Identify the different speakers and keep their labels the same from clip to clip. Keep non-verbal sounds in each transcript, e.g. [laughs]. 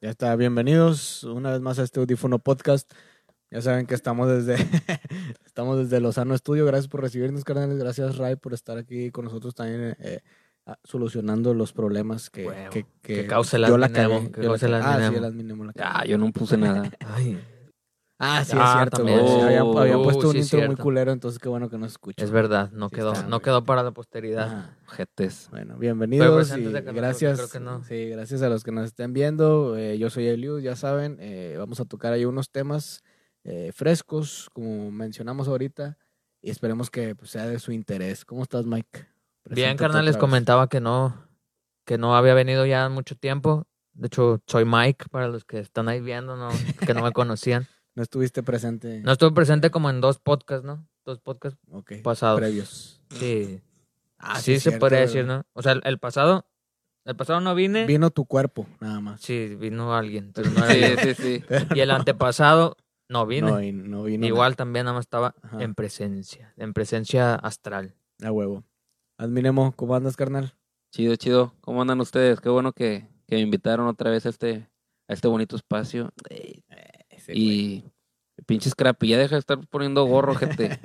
Speaker 1: Ya está, bienvenidos una vez más a este audífono podcast. Ya saben que estamos desde, [laughs] estamos desde Lozano Estudio. Gracias por recibirnos, carnales. Gracias, Ray, por estar aquí con nosotros también eh, a- solucionando los problemas que,
Speaker 2: Huevo,
Speaker 1: que,
Speaker 2: que causa el adminemo,
Speaker 1: cagué, yo
Speaker 2: que
Speaker 1: la
Speaker 2: causa el
Speaker 1: cagué. Ah, sí,
Speaker 2: adminemo.
Speaker 1: el adminemo la cagué.
Speaker 3: Ah, yo no puse [laughs] nada. Ay,
Speaker 1: Ah, sí, es
Speaker 2: Ah,
Speaker 1: cierto.
Speaker 2: también,
Speaker 1: güey.
Speaker 3: sí.
Speaker 1: habían, habían
Speaker 2: Oh,
Speaker 1: puesto un
Speaker 2: sí, es
Speaker 1: intro muy
Speaker 2: cierto.
Speaker 1: culero, entonces qué bueno que no se escucha.
Speaker 2: Es verdad, no
Speaker 1: Sí
Speaker 2: quedó,
Speaker 1: está,
Speaker 2: no
Speaker 1: güey.
Speaker 2: quedó para la posteridad.
Speaker 1: Ajá.
Speaker 3: ojetes.
Speaker 1: Bueno, bienvenidos
Speaker 2: pues
Speaker 1: y
Speaker 2: antes de que nos-
Speaker 1: gracias.
Speaker 2: creo que no.
Speaker 1: Sí, gracias a los que nos estén viendo. Eh, yo soy Eliud, ya saben. eh, vamos a tocar ahí unos temas eh, frescos, como mencionamos ahorita, y esperemos que pues, sea de su interés. ¿Cómo estás, Mike?
Speaker 2: Bien,
Speaker 1: Preséntate
Speaker 2: carnal, les
Speaker 1: otra vez.
Speaker 2: comentaba que no, que no había venido ya en mucho tiempo. De hecho, soy Mike, para los que están ahí viendo, no, que no
Speaker 1: [laughs]
Speaker 2: me conocían.
Speaker 1: No estuviste presente.
Speaker 2: No estuve presente como en dos podcasts, ¿no? Dos podcasts
Speaker 1: Ok,
Speaker 2: pasados.
Speaker 1: previos.
Speaker 2: Sí,
Speaker 1: Ah,
Speaker 2: sí,
Speaker 1: es
Speaker 2: se
Speaker 1: cierto,
Speaker 2: podría
Speaker 1: ¿verdad?
Speaker 2: decir, ¿no? O sea, el, el pasado, el pasado no vine.
Speaker 1: Vino tu cuerpo, nada más.
Speaker 2: Sí, vino alguien,
Speaker 1: [laughs]
Speaker 2: pero no era
Speaker 3: Sí,
Speaker 2: yo.
Speaker 3: sí, sí.
Speaker 2: Y el antepasado no vine.
Speaker 1: No, y- no vino.
Speaker 2: Igual también nada más estaba
Speaker 1: Ajá.
Speaker 2: en presencia, en presencia astral.
Speaker 1: A huevo. Admiremo, ¿cómo andas, carnal?
Speaker 3: Chido, chido. ¿Cómo andan ustedes? Qué bueno que, que me invitaron otra vez a este, a este bonito espacio.
Speaker 2: Eh,
Speaker 3: y pinches crappy, ya deja de estar poniendo [laughs] gorro, gente.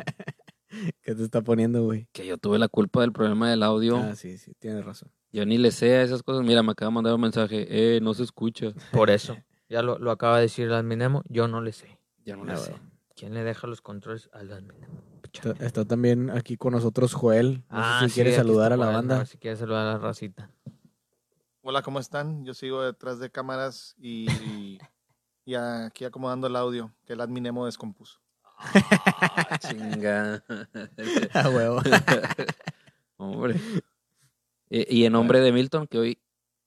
Speaker 1: ¿Qué te está poniendo, güey?
Speaker 3: que yo tuve la culpa del problema del audio.
Speaker 1: Ah, sí, sí, tienes razón.
Speaker 3: Yo ni le sé a esas cosas. Mira, me acaba de mandar un mensaje. Eh, no se escucha.
Speaker 2: Por eso. Ya lo, lo acaba de decir el adminemo. Yo no le sé.
Speaker 3: Ya no
Speaker 1: Ah,
Speaker 3: le sé.
Speaker 1: bueno.
Speaker 2: ¿Quién le deja los controles al adminemo? Pucha,
Speaker 1: Está, está también aquí con nosotros Joel. No sé si
Speaker 2: sí,
Speaker 1: quiere
Speaker 2: aquí
Speaker 1: saludar
Speaker 2: Ah, está
Speaker 1: a la
Speaker 2: Joel,
Speaker 1: banda.
Speaker 2: ver si quiere saludar a la racita.
Speaker 4: Hola, ¿cómo están? Yo sigo detrás de cámaras y, y aquí acomodando el audio que el adminemo descompuso.
Speaker 3: Ah, [laughs] chinga.
Speaker 1: [laughs] A
Speaker 2: [laughs]
Speaker 1: huevo.
Speaker 3: Hombre. Eh, Y, y en nombre de Milton, que hoy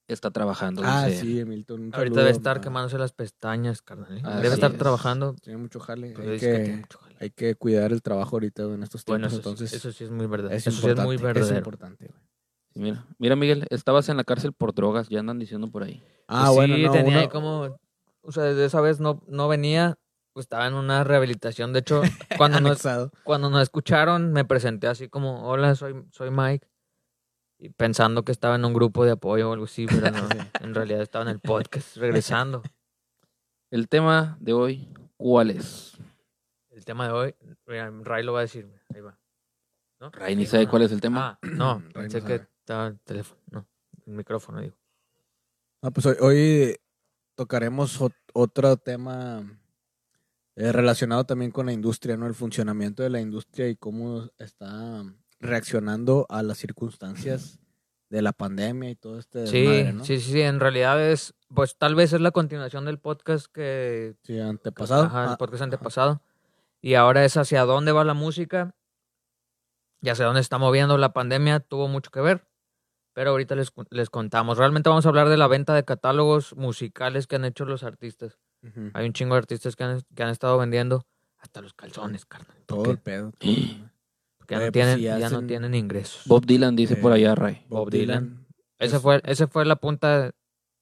Speaker 3: está trabajando.
Speaker 1: ah,
Speaker 3: dice.
Speaker 1: sí, Milton. un
Speaker 2: Ahorita
Speaker 1: saludo, ah.
Speaker 2: debe estar
Speaker 1: pa-
Speaker 2: quemándose las pestañas, carnal. ¿eh?
Speaker 3: Así
Speaker 2: debe estar
Speaker 3: es.
Speaker 2: trabajando.
Speaker 1: Tiene mucho jale.
Speaker 2: pero
Speaker 1: Hay
Speaker 2: dice Pues que
Speaker 1: que,
Speaker 2: tiene mucho jale.
Speaker 1: hay que cuidar el trabajo ahorita en estos
Speaker 2: Bueno,
Speaker 1: tiempos.
Speaker 2: eso,
Speaker 1: entonces,
Speaker 2: eso sí es muy verdad.
Speaker 1: es
Speaker 2: eso sí es
Speaker 1: importante,
Speaker 2: muy
Speaker 1: es
Speaker 2: verdadero.
Speaker 1: importante, güey.
Speaker 3: Mira, mira, Miguel, estabas en la cárcel por drogas. Ya andan diciendo por ahí.
Speaker 1: Ah,
Speaker 2: Pues sí,
Speaker 1: bueno, no,
Speaker 2: tenía
Speaker 1: uno-
Speaker 2: ahí como... O sea, desde esa vez no, no venía. pues, estaba en una rehabilitación. De
Speaker 1: [laughs]
Speaker 2: hecho,
Speaker 1: Ah,
Speaker 2: cuando nos,
Speaker 1: anexado.
Speaker 2: cuando nos escucharon, me presenté así como, hola, soy, soy Mike. Y pensando que estaba en un grupo de apoyo o algo así, pero
Speaker 3: [laughs]
Speaker 2: no, en realidad estaba en el podcast, regresando.
Speaker 3: El tema de hoy, ¿cuál es?
Speaker 2: El tema de hoy, mira, Ray lo va a decir, ahí va. ¿No?
Speaker 3: Ray ni sabe cuál es el tema.
Speaker 2: Ah,
Speaker 3: [clears throat]
Speaker 2: no,
Speaker 1: Ray
Speaker 2: pensé
Speaker 1: no
Speaker 2: que
Speaker 1: sabe.
Speaker 2: estaba el teléfono, no, el micrófono, digo.
Speaker 1: Ah, pues hoy, hoy tocaremos ot- otro tema eh, relacionado también con la industria, ¿no? El funcionamiento de la industria y cómo está reaccionando a las circunstancias de la pandemia y todo este
Speaker 2: Sí,
Speaker 1: desmadre, ¿no?
Speaker 2: sí, sí, sí, en realidad es, pues tal vez es la continuación del podcast que
Speaker 1: Sí, antepasado.
Speaker 2: Ajá, el
Speaker 1: Ah,
Speaker 2: podcast antepasado. Y ahora es hacia dónde va la música y hacia dónde está moviendo la pandemia. Tuvo mucho que ver, pero ahorita les, cu- les contamos. Realmente vamos a hablar de la venta de catálogos musicales que han hecho los artistas.
Speaker 1: ujú.
Speaker 2: Hay un chingo de artistas que han, que han estado vendiendo hasta los calzones, carnal.
Speaker 1: Todo
Speaker 2: Porque,
Speaker 1: el pedo. todo
Speaker 3: Sí.
Speaker 1: el-
Speaker 2: porque ya,
Speaker 1: Oye, pues,
Speaker 2: no tienen,
Speaker 1: si
Speaker 2: ya no
Speaker 1: hacen-
Speaker 2: tienen ingresos.
Speaker 3: Bob Dylan dice
Speaker 1: Eh,
Speaker 3: por allá, Ray.
Speaker 2: [clears throat] Bob
Speaker 1: Bob
Speaker 2: Dylan.
Speaker 1: Dylan.
Speaker 2: esa,
Speaker 1: es-
Speaker 2: fue, esa fue la punta,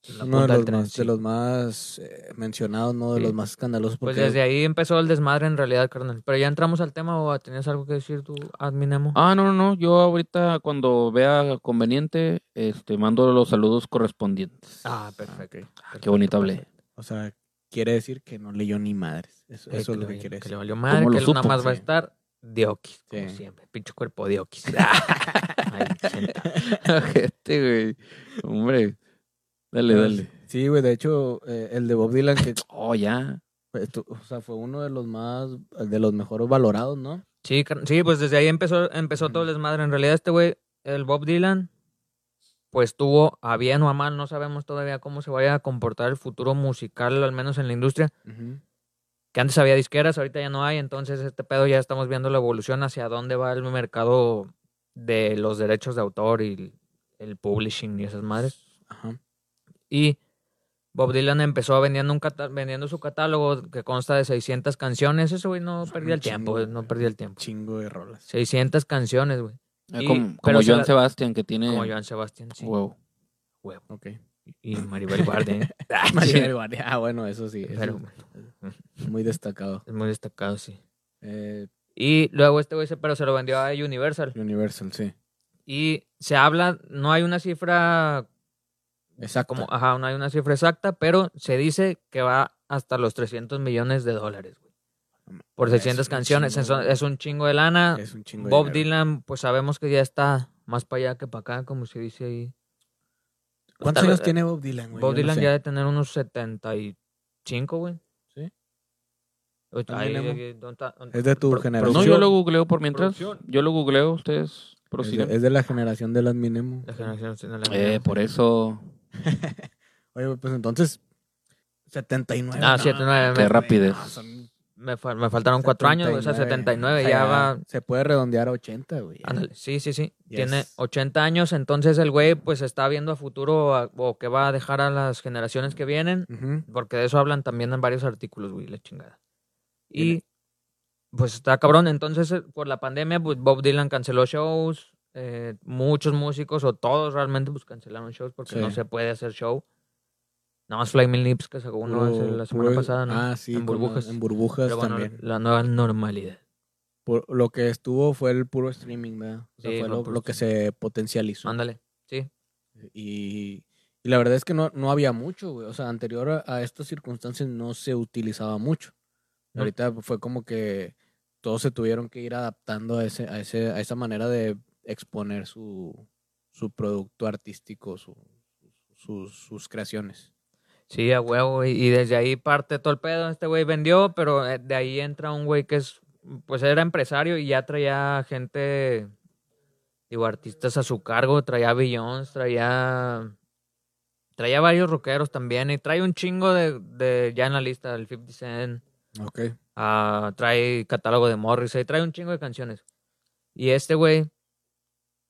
Speaker 1: es
Speaker 2: la
Speaker 1: uno de
Speaker 2: punta del
Speaker 1: los,
Speaker 2: tren.
Speaker 1: más,
Speaker 2: sí.
Speaker 1: de los más eh, mencionados, ¿no? De
Speaker 2: Sí.
Speaker 1: los más escandalosos.
Speaker 2: Pues
Speaker 1: Porque
Speaker 2: desde ahí empezó el desmadre en realidad, carnal. Pero ya entramos al tema o tenías algo que decir tú, Adminemo.
Speaker 3: Ah, no, no, no. Yo ahorita, cuando vea conveniente, este, mando los saludos correspondientes.
Speaker 2: Ah, perfecto.
Speaker 3: Qué bonito
Speaker 2: [laughs]
Speaker 3: hablé. [laughs]
Speaker 1: O sea, quiere decir que no leyó ni madres. Eso,
Speaker 2: Eh,
Speaker 1: eso es lo
Speaker 2: le-
Speaker 1: que quiere
Speaker 2: Que le
Speaker 1: decir.
Speaker 2: valió madre,
Speaker 3: ¿Cómo lo
Speaker 2: que él nada
Speaker 3: supo?
Speaker 2: más va a
Speaker 1: Sí.
Speaker 2: estar Dioquis, como
Speaker 1: Sí.
Speaker 2: siempre. Pinche cuerpo
Speaker 1: [laughs]
Speaker 2: Dioquis. Ay, sentado.
Speaker 3: Gente, Este, güey. Hombre. Dale, dale.
Speaker 1: Sí, güey, de hecho, eh, el de Bob Dylan, que
Speaker 3: Oh, ya.
Speaker 1: pues, tú- o sea, fue uno de los más, de los mejores valorados, ¿no?
Speaker 2: sí, car- sí, pues desde ahí empezó, empezó todo el desmadre. En realidad este güey, el Bob Dylan, pues tuvo a bien o a mal, no sabemos todavía cómo se vaya a comportar el futuro musical, al menos en la industria. Que antes había disqueras, ahorita ya no hay, entonces este pedo ya estamos viendo la evolución hacia dónde va el mercado de los derechos de autor y el- el publishing y esas madres.
Speaker 1: Ajá.
Speaker 2: Y Bob Dylan empezó vendiendo, un cata- vendiendo su catálogo que consta de 600 canciones. Eso, güey, no
Speaker 1: Son un
Speaker 2: perdía el tiempo,
Speaker 1: chingo,
Speaker 2: güey, no
Speaker 1: güey.
Speaker 2: perdía el tiempo.
Speaker 1: Chingo de rolas.
Speaker 2: 600 canciones, güey.
Speaker 3: Ah,
Speaker 2: Y-
Speaker 3: como
Speaker 2: pero
Speaker 3: como
Speaker 2: se
Speaker 3: Joan
Speaker 2: la-
Speaker 3: Sebastián, que tiene.
Speaker 2: Como Joan Sebastián, sí.
Speaker 3: Wow.
Speaker 1: Ok.
Speaker 2: Y Maribel
Speaker 1: [laughs]
Speaker 2: Guardia. ¿eh?
Speaker 1: Maribel Guardia. [laughs] Ah, bueno, eso sí. eso
Speaker 2: Pero
Speaker 1: es muy destacado.
Speaker 2: es muy destacado, sí.
Speaker 1: Eh,
Speaker 2: Y luego este güey, se- pero se lo vendió a Universal.
Speaker 1: Universal, sí.
Speaker 2: Y se habla, no hay una cifra
Speaker 1: Exacto.
Speaker 2: Como, ajá, no hay una cifra exacta, pero se dice que va hasta los 300 millones de dólares, güey. Por
Speaker 1: Es
Speaker 2: 600
Speaker 1: un
Speaker 2: canciones, es,
Speaker 1: chingo,
Speaker 2: es un chingo de lana.
Speaker 1: es un chingo de
Speaker 2: Bob
Speaker 1: dinero.
Speaker 2: Dylan, pues sabemos que ya está más para allá que para acá, como se dice ahí. Pues,
Speaker 1: ¿Cuántos
Speaker 2: tal
Speaker 1: años
Speaker 2: vez-
Speaker 1: tiene Bob Dylan, güey? Yo
Speaker 2: Bob
Speaker 1: no
Speaker 2: Dylan
Speaker 1: sé.
Speaker 2: ya debe tener unos 75, güey.
Speaker 1: ¿Sí?
Speaker 2: Uy,
Speaker 1: También,
Speaker 2: ay,
Speaker 1: Emo.
Speaker 2: ay, ay, ¿dónde está? ¿Dónde
Speaker 1: Es
Speaker 2: está?
Speaker 1: de tu
Speaker 2: Pro-
Speaker 1: generación.
Speaker 3: No, yo
Speaker 2: producción.
Speaker 3: lo googleo por mientras.
Speaker 2: Producción.
Speaker 3: Yo lo googleo, ustedes
Speaker 1: Es de-
Speaker 3: prosigan.
Speaker 1: Es de la generación de las Minemo.
Speaker 2: La generación sin la
Speaker 3: Eh,
Speaker 2: generación.
Speaker 3: por eso. [laughs]
Speaker 1: Oye, güey, pues entonces, 79.
Speaker 2: Ah, 79,
Speaker 1: no,
Speaker 2: Qué
Speaker 1: güey,
Speaker 3: rapidez.
Speaker 1: no, son
Speaker 2: Me, fal- me faltaron cuatro años, güey, o sea, 79,
Speaker 1: O sea,
Speaker 2: ya va...
Speaker 1: Se puede redondear a 80, güey.
Speaker 2: Ándale, Sí, sí, sí.
Speaker 1: Yes.
Speaker 2: Tiene 80 años, entonces el güey pues está viendo a futuro a- o que va a dejar a las generaciones que vienen,
Speaker 1: Ujú.
Speaker 2: porque de eso hablan también en varios artículos, güey, la chingada. Y pues está cabrón, entonces eh, por la pandemia pues Bob Dylan canceló shows, eh, muchos músicos o todos realmente pues cancelaron shows porque
Speaker 1: Sí.
Speaker 2: no se puede hacer show. Nada más Flaming Lips que según uno
Speaker 1: Puro-
Speaker 2: la semana
Speaker 1: puro-
Speaker 2: pasada, ¿no?
Speaker 1: Ah, sí,
Speaker 2: en
Speaker 1: como
Speaker 2: burbujas.
Speaker 1: En burbujas
Speaker 2: Pero bueno,
Speaker 1: también.
Speaker 2: la nueva normalidad.
Speaker 1: Por- lo que estuvo fue el puro streaming, ¿verdad? O sea, fue
Speaker 2: Sí, fue
Speaker 1: lo,
Speaker 2: puro
Speaker 1: lo que se potencializó.
Speaker 2: Ándale, sí.
Speaker 1: Y, y la verdad es que no, no había mucho, güey. O sea, anterior a, a estas circunstancias no se utilizaba mucho.
Speaker 2: No.
Speaker 1: Ahorita fue como que todos se tuvieron que ir adaptando a, ese, a, ese, a esa manera de exponer su, su producto artístico, su- sus- sus creaciones.
Speaker 2: Sí, a huevo, güey. Y desde ahí parte todo el pedo. Este güey vendió, pero eh, de ahí entra un güey que es, pues era empresario y ya traía gente, digo, artistas a su cargo. Traía a Beyoncé, traía, traía varios rockeros también. Y trae un chingo de, de ya en la lista, el 50 Cent,
Speaker 1: Ok.
Speaker 2: ah, trae catálogo de Morrissey, trae un chingo de canciones. Y este güey,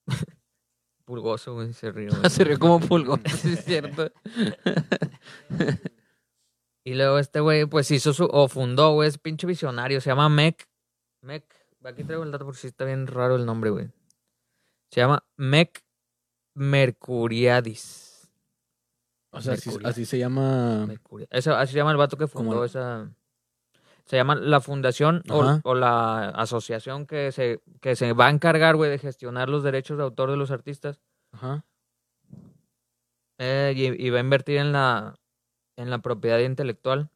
Speaker 2: [laughs] pulgoso, güey, se ríe. güey. [laughs]
Speaker 3: Se rió como pulgón, sí es cierto.
Speaker 2: Y luego este güey, pues hizo su, o fundó, güey, es pinche visionario, se llama Mec. Mec, aquí traigo el dato porque sí está bien raro el nombre, güey. Se llama Mec Mercuriadis.
Speaker 1: O sea, así,
Speaker 2: Mercurio.
Speaker 1: así se llama.
Speaker 2: Mercuria- ese- así se llama el vato que
Speaker 1: Ah. ¿Cómo
Speaker 2: fundó
Speaker 1: no?
Speaker 2: esa. Se llama la fundación o,
Speaker 1: Ajá.
Speaker 2: o la asociación que se, que se va a encargar, güey, de gestionar los derechos de autor de los artistas.
Speaker 1: Ajá.
Speaker 2: eh, y, y va a invertir en la, en la propiedad intelectual.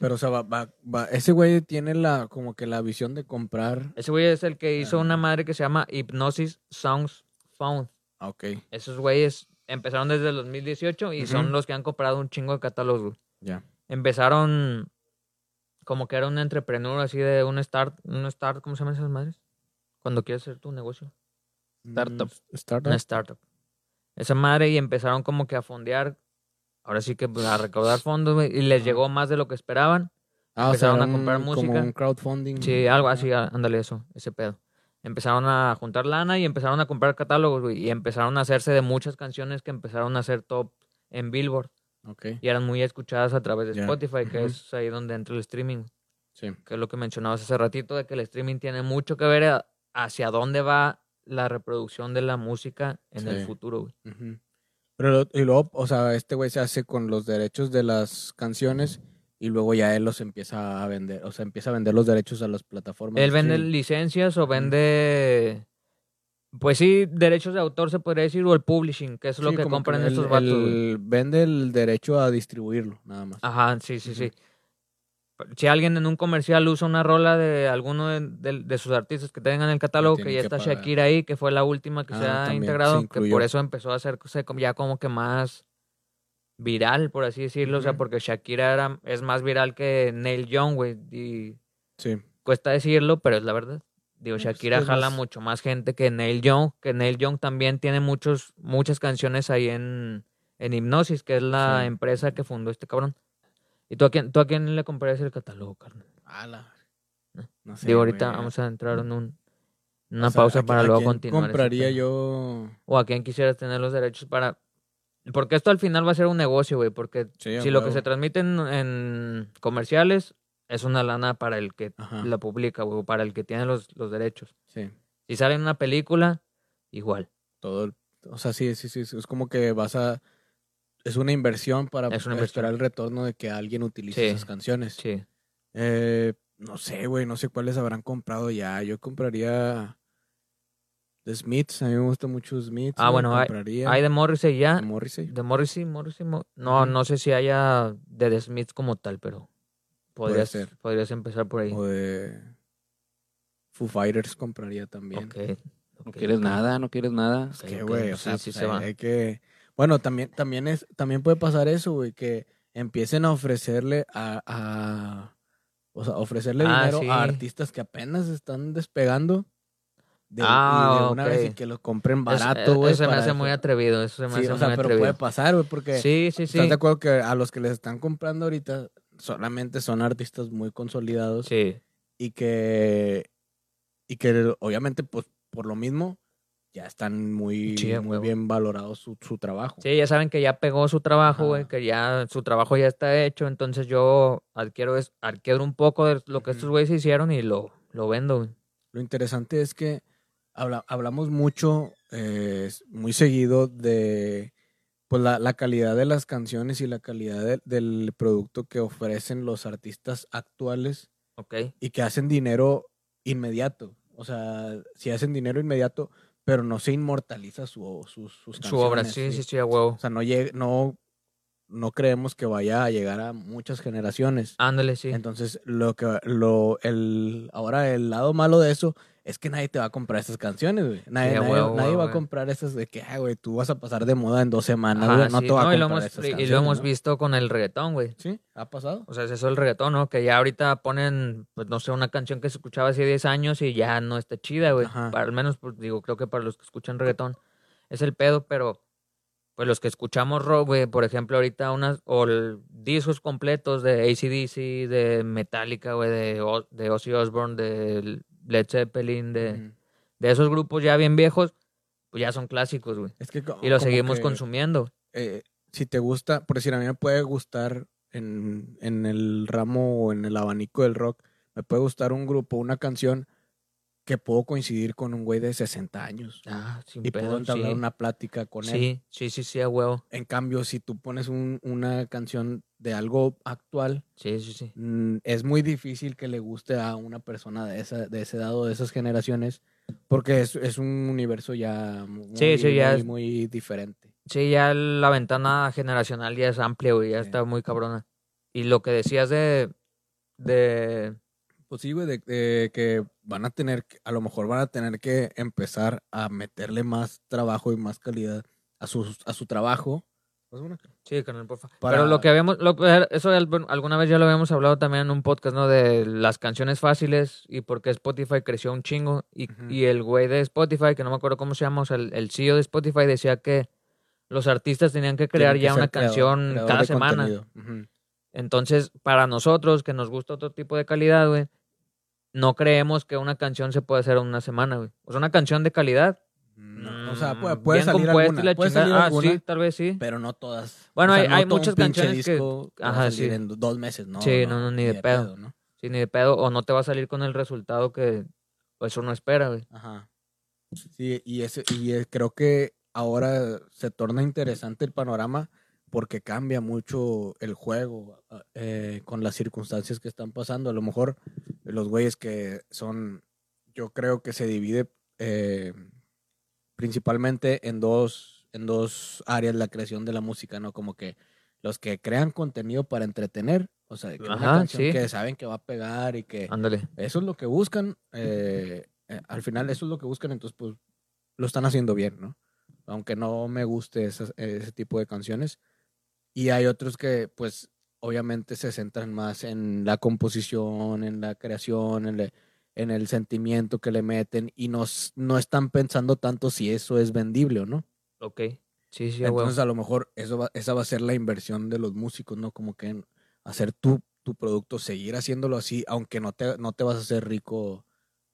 Speaker 1: Pero, o sea, va- va- va- ese güey tiene la, como que la visión de comprar.
Speaker 2: Ese güey es el que hizo
Speaker 1: Ah.
Speaker 2: una madre que se llama Hypnosis Sounds Found.
Speaker 1: Ah, ok.
Speaker 2: Esos güeyes empezaron desde el 2018 y son
Speaker 1: Ujú.
Speaker 2: los que han comprado un chingo de catálogos. güey.
Speaker 1: Ya.
Speaker 2: Empezaron como que era un entrepreneur así de un start, un start, ¿cómo se llaman esas madres? Cuando quieres hacer tu negocio.
Speaker 3: Startup.
Speaker 1: Mm, Startup.
Speaker 2: Una startup. Esa madre y empezaron como que a fondear. Ahora sí que pues, a recaudar fondos güey, y les
Speaker 1: Ajá.
Speaker 2: llegó más de lo que esperaban.
Speaker 1: Ah,
Speaker 2: Empezaron
Speaker 1: era
Speaker 2: a comprar
Speaker 1: un-
Speaker 2: música.
Speaker 1: Como un crowdfunding.
Speaker 2: Sí, algo
Speaker 1: Ajá.
Speaker 2: así, á- ándale eso, ese pedo. Empezaron a juntar lana y empezaron a comprar catálogos, güey, y empezaron a hacerse de muchas canciones que empezaron a ser top en Billboard
Speaker 1: Ok.
Speaker 2: y eran muy escuchadas a través de
Speaker 1: Ya.
Speaker 2: Spotify, que
Speaker 1: Ujú.
Speaker 2: es ahí donde entra el streaming,
Speaker 1: Sí.
Speaker 2: que es lo que mencionabas hace ratito, de que el streaming tiene mucho que ver a- hacia dónde va la reproducción de la música en el
Speaker 1: Sí.
Speaker 2: futuro, güey.
Speaker 1: Ujú. Pero, lo- y luego, o sea, este güey se hace con los derechos de las canciones y luego ya él los empieza a vender. O sea, empieza a vender los derechos a las plataformas.
Speaker 2: Él
Speaker 1: de
Speaker 2: vende
Speaker 1: streaming.
Speaker 2: licencias o
Speaker 1: Ujú.
Speaker 2: vende... Pues sí, derechos de autor se podría decir, o el publishing, que es lo
Speaker 1: Sí,
Speaker 2: que
Speaker 1: como
Speaker 2: compran
Speaker 1: él-
Speaker 2: estos vatos. güey.
Speaker 1: él Vende el derecho a distribuirlo, nada más.
Speaker 2: Ajá, sí, sí,
Speaker 1: Ujú.
Speaker 2: sí. Pero Si alguien en un comercial usa una rola de alguno de, de- de sus artistas que tengan en el catálogo, que
Speaker 1: tienen
Speaker 2: ya
Speaker 1: que
Speaker 2: está
Speaker 1: pagar.
Speaker 2: Shakira ahí, que fue la última que se
Speaker 1: Ah,
Speaker 2: ha
Speaker 1: también, se
Speaker 2: integrado, que por
Speaker 1: incluyó.
Speaker 2: eso empezó a hacerse como- ya como que más viral, por así decirlo, o sea,
Speaker 1: Ujú.
Speaker 2: porque Shakira era, es más viral que Neil Young, güey, y
Speaker 1: Sí.
Speaker 2: cuesta decirlo, pero es la verdad. Digo,
Speaker 1: No, pues,
Speaker 2: Shakira
Speaker 1: ¿qué
Speaker 2: jala
Speaker 1: más?
Speaker 2: mucho más gente que Neil Young, que Neil Young también tiene muchos, muchas canciones ahí en, en Hipnosis, que es la
Speaker 1: Sí.
Speaker 2: empresa que fundó este cabrón. ¿Y tú a quién, tú a quién le comprarías el catálogo, carnal?
Speaker 1: Ala.
Speaker 2: Ah.
Speaker 1: No sé,
Speaker 2: Digo, ahorita
Speaker 1: güey.
Speaker 2: vamos a entrar en un-
Speaker 1: O
Speaker 2: una
Speaker 1: sea,
Speaker 2: pausa
Speaker 1: ¿a qui-
Speaker 2: para
Speaker 1: a
Speaker 2: luego
Speaker 1: quién
Speaker 2: continuar. ese
Speaker 1: compraría
Speaker 2: tema.
Speaker 1: yo?
Speaker 2: O a quién quisieras tener los derechos para... Porque esto al final va a ser un negocio, güey, porque
Speaker 1: Sí, a
Speaker 2: si lo que
Speaker 1: huevo.
Speaker 2: se transmite en, en comerciales es una lana para el que
Speaker 1: Ajá,
Speaker 2: la publica, güey, o para el que tiene los, los derechos.
Speaker 1: sí,
Speaker 2: Si sale en una película, igual.
Speaker 1: todo. el- O sea, sí, sí, sí, sí, es como que vas a... Es una inversión para
Speaker 2: Es una
Speaker 1: esperar el retorno de que alguien utilice
Speaker 2: Sí.
Speaker 1: esas canciones.
Speaker 2: Sí.
Speaker 1: Eh, no sé, güey, no sé cuáles habrán comprado ya. Yo compraría... The Smiths, a mí me gusta mucho Smiths.
Speaker 2: Ah,
Speaker 1: me
Speaker 2: bueno, hay-
Speaker 1: compraría.
Speaker 2: Hay de Morrissey ya.
Speaker 1: de Morrissey.
Speaker 2: De Morrissey, Morrissey. Mo- no, no sé si haya de The Smiths como tal, pero podrías,
Speaker 1: ser.
Speaker 2: podrías empezar por ahí.
Speaker 1: O de Foo Fighters compraría también.
Speaker 2: Ok,
Speaker 3: No
Speaker 2: ok,
Speaker 3: quieres
Speaker 2: ok.
Speaker 3: nada, no
Speaker 2: [laughs]
Speaker 3: quieres nada.
Speaker 1: Es que,
Speaker 2: ok,
Speaker 1: güey, o
Speaker 2: sí,
Speaker 1: sea,
Speaker 2: sí
Speaker 1: pues,
Speaker 2: se
Speaker 1: hay-
Speaker 2: va.
Speaker 1: hay que... Bueno, también, también, es, también puede pasar eso, güey, que empiecen a ofrecerle a... a- o sea, ofrecerle
Speaker 2: Ah,
Speaker 1: dinero
Speaker 2: sí.
Speaker 1: a artistas que apenas están despegando. De, y
Speaker 2: Ah,
Speaker 1: de una
Speaker 2: ok.
Speaker 1: vez y que lo compren
Speaker 2: Es- eh,
Speaker 1: barato, güey.
Speaker 2: Eso se me
Speaker 1: para
Speaker 2: hace muy
Speaker 1: eso.
Speaker 2: atrevido, eso se me
Speaker 1: Sí,
Speaker 2: hace
Speaker 1: o sea,
Speaker 2: muy
Speaker 1: pero puede
Speaker 2: atrevido.
Speaker 1: pasar, güey, porque...
Speaker 2: Sí, sí, sí.
Speaker 1: ¿Estás de acuerdo que a los que les están comprando ahorita solamente son artistas muy consolidados
Speaker 2: Sí,
Speaker 1: y que y que obviamente pues por lo mismo ya están muy,
Speaker 2: Sí, a
Speaker 1: muy
Speaker 2: huevo.
Speaker 1: bien valorados su, su trabajo.
Speaker 2: Sí, ya saben que ya pegó su trabajo, güey,
Speaker 1: Ajá.
Speaker 2: que ya su trabajo ya está hecho, entonces yo adquiero, es, adquiero un poco de lo que
Speaker 1: Ujú.
Speaker 2: estos güeyes hicieron y lo, lo vendo, güey.
Speaker 1: Lo interesante es que habla- hablamos mucho, eh, muy seguido, de pues, la, la calidad de las canciones y la calidad de- del producto que ofrecen los artistas actuales
Speaker 2: Ok.
Speaker 1: y que hacen dinero inmediato. O sea, si hacen dinero inmediato, pero no se inmortaliza su, sus, sus canciones.
Speaker 2: Su obra, sí, sí, sí, a huevo.
Speaker 1: O sea, no, lleg- no, no creemos que vaya a llegar a muchas generaciones.
Speaker 2: Ándale, Ah, sí.
Speaker 1: Entonces, lo que lo el ahora el lado malo de eso es que nadie te va a comprar esas canciones, güey. Nadie,
Speaker 2: Sí, a
Speaker 1: nadie-
Speaker 2: huevo,
Speaker 1: nadie
Speaker 2: huevo,
Speaker 1: va a
Speaker 2: güey.
Speaker 1: comprar esas de que, ah, güey, tú vas a pasar de moda en dos semanas,
Speaker 2: Ajá,
Speaker 1: güey, No
Speaker 2: sí.
Speaker 1: te va
Speaker 2: No,
Speaker 1: a
Speaker 2: y lo
Speaker 1: comprar
Speaker 2: hemos,
Speaker 1: esas
Speaker 2: y- y
Speaker 1: canciones,
Speaker 2: lo hemos
Speaker 1: ¿no?
Speaker 2: visto con el reggaetón, güey.
Speaker 1: Sí, ha pasado.
Speaker 2: O sea, es eso el reggaetón, ¿no? Que ya ahorita ponen, pues no sé, una canción que se escuchaba hace 10 años y ya no está chida, güey.
Speaker 1: Ajá.
Speaker 2: Para- Al menos, pues, digo, creo que para los que escuchan reggaetón es el pedo, pero pues los que escuchamos rock, güey, por ejemplo, ahorita unas, o el- discos completos de ACDC, de Metallica, güey, de, O- de Ozzy Osbourne, de Led Zeppelin, de,
Speaker 1: Ujú.
Speaker 2: de esos grupos ya bien viejos, pues ya son clásicos, güey.
Speaker 1: Es que co-
Speaker 2: Y los
Speaker 1: Ah, como
Speaker 2: seguimos
Speaker 1: que-
Speaker 2: consumiendo.
Speaker 1: eh, si te gusta, por decir, a mí me puede gustar en, en el ramo o en el abanico del rock, me puede gustar un grupo, una canción que puedo coincidir con un güey de 60 años
Speaker 2: Ah, sin
Speaker 1: y puedo
Speaker 2: pedo, sí.
Speaker 1: entablar una plática con él.
Speaker 2: Sí, sí, sí, sí, a huevo.
Speaker 1: En cambio, si tú pones un- una canción de algo actual,
Speaker 2: Sí, sí, sí.
Speaker 1: mm, es muy difícil que le guste a una persona de esa, de ese edad o de esas generaciones, porque es, es un universo ya muy,
Speaker 2: Sí, sí, ya
Speaker 1: muy,
Speaker 2: es-
Speaker 1: muy diferente.
Speaker 2: Sí, ya la ventana generacional ya es amplia, güey, ya
Speaker 1: Sí.
Speaker 2: está muy cabrona. Y lo que decías de, de,
Speaker 1: Pues sí, güey, de, de que van a tener, que- a lo mejor van a tener que empezar a meterle más trabajo y más calidad a su, a su trabajo. Pues una-
Speaker 2: sí, carnal, porfa.
Speaker 1: Para-
Speaker 2: Pero lo que habíamos, lo- eh, eso al- alguna vez ya lo habíamos hablado también en un podcast, ¿no? De las canciones fáciles y por qué Spotify creció un chingo. Y,
Speaker 1: Ujú.
Speaker 2: y el güey de Spotify, que no me acuerdo cómo se llama, o sea, el, el CEO de Spotify decía que los artistas tenían que crear
Speaker 1: tienen que
Speaker 2: ya
Speaker 1: ser
Speaker 2: una
Speaker 1: creador-
Speaker 2: canción
Speaker 1: creador
Speaker 2: cada
Speaker 1: de
Speaker 2: semana.
Speaker 1: contenido. Ujú.
Speaker 2: Entonces, para nosotros, que nos gusta otro tipo de calidad, güey, no creemos que una canción se pueda hacer en una semana, güey. O sea, una canción de calidad.
Speaker 1: No, o sea,
Speaker 2: mm,
Speaker 1: puede, puede
Speaker 2: bien
Speaker 1: salir
Speaker 2: compuesta y
Speaker 1: alguna,
Speaker 2: la
Speaker 1: puede
Speaker 2: chingada.
Speaker 1: salir
Speaker 2: ah,
Speaker 1: alguna,
Speaker 2: sí, tal vez sí.
Speaker 1: pero no todas.
Speaker 2: Bueno,
Speaker 1: O sea,
Speaker 2: hay-
Speaker 1: no
Speaker 2: hay
Speaker 1: todo un
Speaker 2: muchas
Speaker 1: pinche
Speaker 2: canciones que-
Speaker 1: disco va a
Speaker 2: ajá,
Speaker 1: salir
Speaker 2: sí.
Speaker 1: en dos meses, no.
Speaker 2: Sí, no, no, ni de pedo.
Speaker 1: ¿no?
Speaker 2: Sí, ni de pedo. O no te va a salir con el resultado que pues uno espera, güey.
Speaker 1: Ajá. Sí, y, ese, y eh, creo que ahora se torna interesante el panorama porque cambia mucho el juego ah, eh, con las circunstancias que están pasando. A lo mejor los güeyes que son, yo creo que se divide eh, principalmente en dos, en dos áreas la creación de la música, ¿no? Como que los que crean contenido para entretener, o sea, que una
Speaker 2: Ajá,
Speaker 1: canción
Speaker 2: sí.
Speaker 1: que saben que va a pegar y que
Speaker 2: Ándale.
Speaker 1: eso es lo que buscan. eh, eh, al final, eso es lo que buscan, entonces, pues, lo están haciendo bien, ¿no? Aunque no me guste esas- ese tipo de canciones. Y hay otros que, pues, obviamente se centran más en la composición, en la creación, en, le- en el sentimiento que le meten y no, s- no están pensando tanto si eso es vendible o no.
Speaker 2: Ok. Sí, sí, a huevo.
Speaker 1: Entonces, a lo mejor eso va- esa va a ser la inversión de los músicos, ¿no? Como que en hacer tu, tu producto, seguir haciéndolo así, aunque no te, no te vas a hacer rico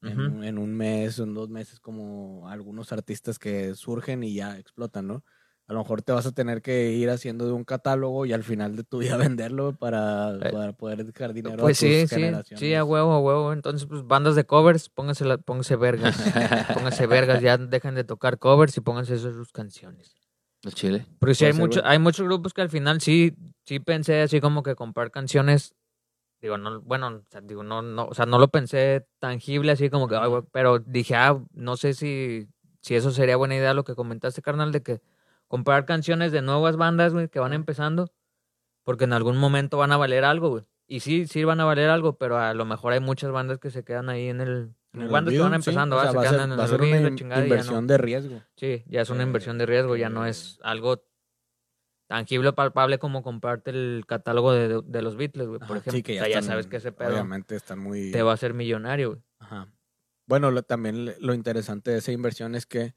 Speaker 1: en,
Speaker 2: Ujú.
Speaker 1: un- en un mes o en dos meses, como algunos artistas que surgen y ya explotan, ¿no? A lo mejor te vas a tener que ir haciendo de un catálogo y al final de tu [laughs] vida venderlo para,
Speaker 2: Eh,
Speaker 1: para poder dejar dinero
Speaker 2: Pues
Speaker 1: a tus
Speaker 2: sí, sí,
Speaker 1: generaciones.
Speaker 2: sí, a huevo, a huevo. Entonces, pues bandas de covers, pónganse, la- pónganse vergas.
Speaker 1: [laughs]
Speaker 2: pónganse vergas, ya dejen de tocar covers y pónganse esas sus canciones.
Speaker 3: El chile.
Speaker 2: Porque sí hay,
Speaker 1: Puede ser,
Speaker 2: mucho,
Speaker 1: güey.
Speaker 2: hay muchos grupos que al final sí, sí pensé así como que comprar canciones. Digo, no, bueno, o sea, digo, no, no, o sea, no lo pensé tangible así como que, ay, güey, pero dije, ah, no sé si, si eso sería buena idea lo que comentaste, carnal, de que comprar canciones de nuevas bandas, güey, que van empezando, porque en algún momento van a valer algo, güey. Y sí, sí van a valer algo, pero a lo mejor hay muchas bandas que se quedan ahí en el...
Speaker 1: En el
Speaker 2: bandas que
Speaker 1: olvido,
Speaker 2: van
Speaker 1: sí.
Speaker 2: empezando,
Speaker 1: O
Speaker 2: ¿va?
Speaker 1: sea, va a
Speaker 2: se
Speaker 1: ser,
Speaker 2: quedan en
Speaker 1: va a
Speaker 2: el
Speaker 1: ser
Speaker 2: olvido,
Speaker 1: una
Speaker 2: la
Speaker 1: in-
Speaker 2: chingada, y ya
Speaker 1: inversión
Speaker 2: no-
Speaker 1: de riesgo.
Speaker 2: Sí, ya es una
Speaker 1: Eh,
Speaker 2: inversión de riesgo, ya no
Speaker 1: eh.
Speaker 2: es algo tangible o palpable como comprarte el catálogo de, de- de los Beatles, güey, por
Speaker 1: Ajá,
Speaker 2: ejemplo.
Speaker 1: sí, que
Speaker 2: o sea, ya
Speaker 1: están-
Speaker 2: sabes que ese pedo
Speaker 1: Obviamente están muy...
Speaker 2: te va a hacer millonario, güey.
Speaker 1: Ajá. Bueno, lo- también le- lo interesante de esa inversión es que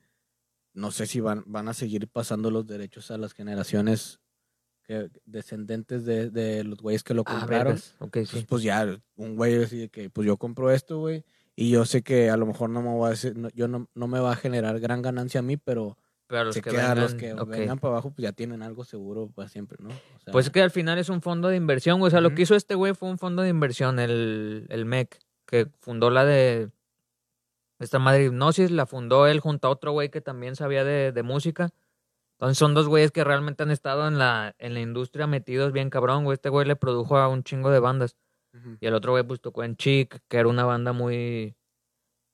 Speaker 1: no sé si van, van a seguir pasando los derechos a las generaciones que- descendentes de, de los güeyes que lo
Speaker 2: Ah,
Speaker 1: compraron.
Speaker 2: vergas. Ok,
Speaker 1: Entonces,
Speaker 2: sí.
Speaker 1: pues ya, un güey así de que, pues yo compro esto, güey, y yo sé que a lo mejor no me va a, hacer- no- yo no, no me va a generar gran ganancia a mí, pero
Speaker 2: Pero los
Speaker 1: se
Speaker 2: que
Speaker 1: queda
Speaker 2: vengan,
Speaker 1: los que
Speaker 2: ok.
Speaker 1: vengan para abajo, pues ya tienen algo seguro para siempre, ¿no? O sea,
Speaker 2: Pues es que al final es un fondo de inversión, güey. O sea, lo
Speaker 1: Ujú.
Speaker 2: que hizo este güey fue un fondo de inversión, el, el MEC, que fundó la de esta madre hipnosis, la fundó él junto a otro güey que también sabía de, de música. Entonces son dos güeyes que realmente han estado en la, en la industria metidos bien cabrón, güey. Este güey le produjo a un chingo de bandas.
Speaker 1: ujú.
Speaker 2: Y el otro güey pues tocó en Chic, que era una banda muy,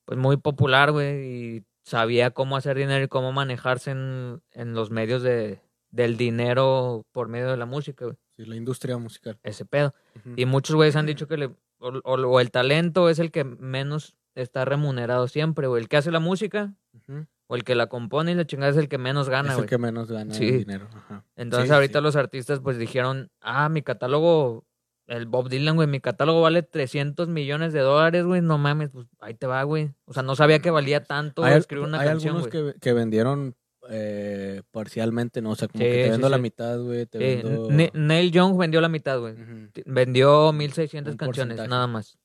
Speaker 2: pues muy popular, güey, y sabía cómo hacer dinero y cómo manejarse en, en los medios de, del dinero por medio de la música, güey,
Speaker 1: Sí, la industria musical.
Speaker 2: ese pedo.
Speaker 1: Ujú.
Speaker 2: Y muchos güeyes han dicho que le, o, o- o el talento es el que menos está remunerado siempre, güey. El que hace la música
Speaker 1: Ujú.
Speaker 2: o el que la compone y la chingada es el que menos gana,
Speaker 1: es el
Speaker 2: güey.
Speaker 1: que menos gana
Speaker 2: Sí.
Speaker 1: el dinero. Ajá.
Speaker 2: Entonces
Speaker 1: Sí,
Speaker 2: ahorita
Speaker 1: sí.
Speaker 2: los artistas pues dijeron, ah, mi catálogo, el Bob Dylan, güey, mi catálogo vale 300 millones de dólares, güey, no mames, pues ahí te va, güey. O sea, no sabía que valía tanto
Speaker 1: Hay,
Speaker 2: güey, escribir una
Speaker 1: hay
Speaker 2: canción,
Speaker 1: algunos
Speaker 2: güey.
Speaker 1: que, que vendieron eh, parcialmente, ¿no? O sea, como
Speaker 2: Sí,
Speaker 1: que te
Speaker 2: sí,
Speaker 1: vendo la
Speaker 2: sí.
Speaker 1: mitad, güey, te
Speaker 2: Eh,
Speaker 1: vendo...
Speaker 2: Ne- Neil Young vendió la mitad, güey.
Speaker 1: Ujú.
Speaker 2: T- Vendió
Speaker 1: Un
Speaker 2: 1600 canciones,
Speaker 1: porcentaje.
Speaker 2: nada más.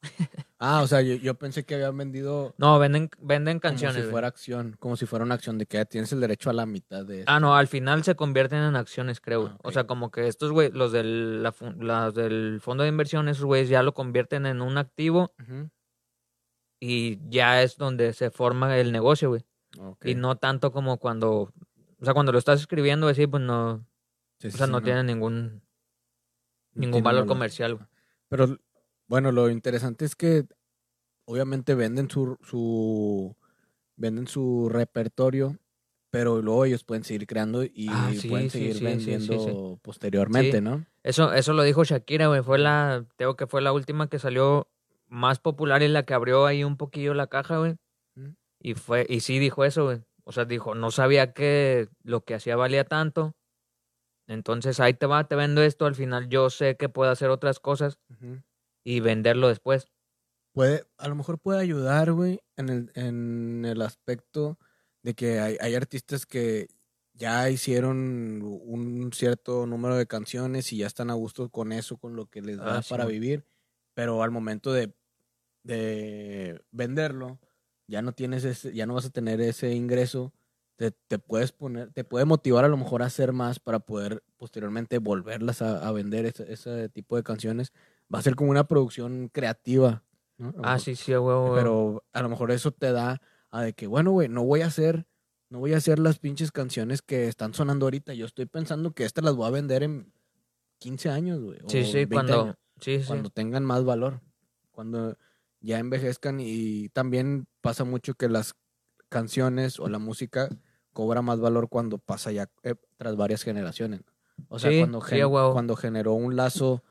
Speaker 1: Ah, o sea, yo, yo pensé que habían vendido
Speaker 2: No, venden, venden
Speaker 1: como
Speaker 2: canciones.
Speaker 1: si
Speaker 2: güey.
Speaker 1: fuera acción, como si fuera una acción de que "Ah, tienes el derecho a la mitad de...
Speaker 2: Ah, no, al final se convierten en acciones, creo. güey.
Speaker 1: Este. Ah,
Speaker 2: O
Speaker 1: ok.
Speaker 2: sea, como que estos, güey, los del, la fun- las del fondo de inversión, esos güeyes ya lo convierten en un activo
Speaker 1: Ujú.
Speaker 2: y ya es donde se forma el negocio, güey.
Speaker 1: Ok.
Speaker 2: Y no tanto como cuando, o sea, cuando lo estás escribiendo, así, pues no,
Speaker 1: Sí,
Speaker 2: o
Speaker 1: sí,
Speaker 2: sea,
Speaker 1: sí,
Speaker 2: no, tiene ningún,
Speaker 1: no
Speaker 2: ningún
Speaker 1: tiene
Speaker 2: valor comercial. güey.
Speaker 1: Pero bueno, lo interesante es que obviamente venden su, su venden su repertorio, pero luego ellos pueden seguir creando y
Speaker 2: Ah, sí,
Speaker 1: pueden
Speaker 2: sí,
Speaker 1: seguir
Speaker 2: sí, sí, sí, sí.
Speaker 1: vendiendo posteriormente,
Speaker 2: Sí.
Speaker 1: ¿no?
Speaker 2: Eso, eso lo dijo Shakira, güey, fue la, tengo que fue la última que salió más popular y la que abrió ahí un poquillo la caja, güey.
Speaker 1: Ujú.
Speaker 2: Y fue, y sí dijo eso, güey. O sea, dijo, no sabía que lo que hacía valía tanto. Entonces ahí te va, te vendo esto, al final yo sé que puedo hacer otras cosas
Speaker 1: Ujú.
Speaker 2: y venderlo después.
Speaker 1: Puede, a lo mejor puede ayudar, güey, en el, en el aspecto de que hay, hay artistas que ya hicieron un cierto número de canciones y ya están a gusto con eso, con lo que les da
Speaker 2: Ah, sí,
Speaker 1: para
Speaker 2: güey.
Speaker 1: vivir, pero al momento de, de venderlo, ya no tienes ese, ya no vas a tener ese ingreso, te, te puedes poner, te puede motivar a lo mejor a hacer más para poder posteriormente volverlas a, a vender ese, ese tipo de canciones. Va a ser como una producción creativa. ¿no? A lo
Speaker 2: Ah,
Speaker 1: mejor
Speaker 2: sí, sí, güey, güey. güey.
Speaker 1: pero a lo mejor eso te da a de que, bueno, güey, no voy a hacer, no voy a hacer las pinches canciones que están sonando ahorita. Yo estoy pensando que estas las voy a vender en 15 años, güey. o
Speaker 2: Sí, sí,
Speaker 1: 20
Speaker 2: cuando,
Speaker 1: años,
Speaker 2: sí, sí.
Speaker 1: cuando tengan más valor. Cuando ya envejezcan y también pasa mucho que las canciones o la música cobra más valor cuando pasa ya eh, tras varias generaciones. O sea,
Speaker 2: Sí,
Speaker 1: cuando,
Speaker 2: sí,
Speaker 1: gen-
Speaker 2: a huevo.
Speaker 1: cuando generó un lazo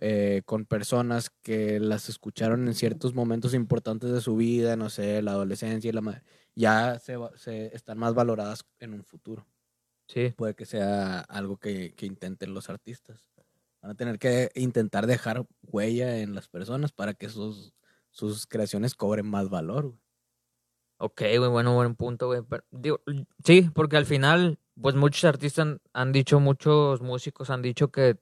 Speaker 1: eh, con personas que las escucharon en ciertos momentos importantes de su vida, no sé, la adolescencia y la madre, ya se, va- se están más valoradas en un futuro.
Speaker 2: sí.
Speaker 1: Puede que sea algo que, que intenten los artistas. Van a tener que intentar dejar huella en las personas para que sus, sus creaciones cobren más valor. güey.
Speaker 2: Ok, güey, bueno, buen punto, güey. pero digo, l- sí, porque al final, pues muchos artistas han, han dicho, muchos músicos han dicho que,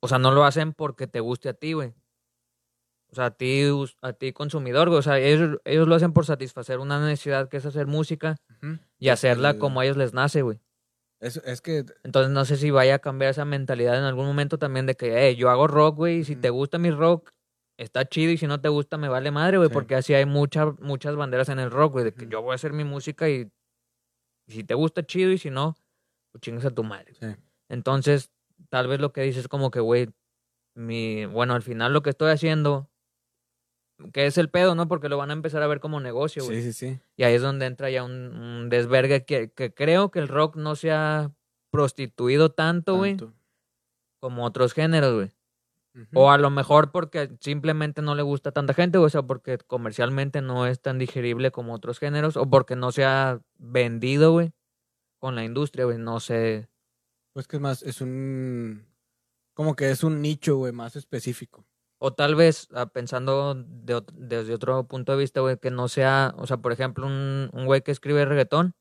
Speaker 2: o sea, no lo hacen porque te guste a ti, güey. O sea, a ti, us- a ti consumidor, güey. O sea, ellos, ellos lo hacen por satisfacer una necesidad que es hacer música y hacerla
Speaker 1: el-
Speaker 2: como a ellos les nace, güey.
Speaker 1: Es, es que
Speaker 2: Entonces no sé si vaya a cambiar esa mentalidad en algún momento también de que, eh, yo hago rock, güey, y si
Speaker 1: Ujú.
Speaker 2: te gusta mi rock, está chido, y si no te gusta, me vale madre, güey,
Speaker 1: Sí.
Speaker 2: porque así hay muchas muchas banderas en el rock, güey, de que
Speaker 1: Ujú.
Speaker 2: yo voy a hacer mi música y si te gusta, chido, y si no, pues chingas a tu madre.
Speaker 1: Sí.
Speaker 2: Entonces, tal vez lo que dices es como que, güey, mi, bueno, al final lo que estoy haciendo que es el pedo, ¿no? Porque lo van a empezar a ver como negocio, güey.
Speaker 1: Sí, sí, sí.
Speaker 2: Y ahí es donde entra ya un, un desvergue que, que creo que el rock no se ha prostituido tanto, güey,
Speaker 1: Tanto.
Speaker 2: como otros géneros, güey.
Speaker 1: Ujú.
Speaker 2: O a lo mejor porque simplemente no le gusta a tanta gente, güey, o sea, porque comercialmente no es tan digerible como otros géneros, o porque no se ha vendido, güey, con la industria, güey, no sé.
Speaker 1: Pues que es más, es un. Como que es un nicho, güey, más específico.
Speaker 2: O tal vez, ah, pensando de ot- desde otro punto de vista, güey, que no sea, o sea, por ejemplo, un un güey que escribe reggaetón,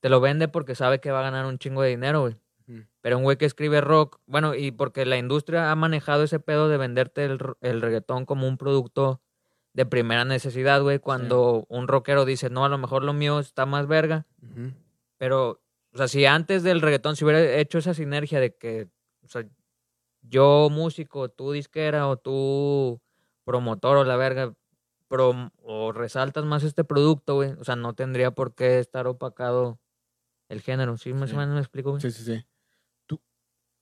Speaker 2: te lo vende porque sabe que va a ganar un chingo de dinero, güey.
Speaker 1: Ujú.
Speaker 2: Pero un güey que escribe rock, bueno, y porque la industria ha manejado ese pedo de venderte el, r- el reggaetón como un producto de primera necesidad, güey, cuando un rockero dice, no, a lo mejor lo mío está más verga,
Speaker 1: Ujú.
Speaker 2: pero, o sea, si antes del reggaetón se hubiera hecho esa sinergia de que, o sea, yo músico, tú disquera o tú promotor o la verga, prom- o resaltas más este producto, güey, o sea, no tendría por qué estar opacado el género, ¿sí? Más
Speaker 1: Sí.
Speaker 2: o menos me explico, güey.
Speaker 1: Sí, sí, sí. ¿Tú,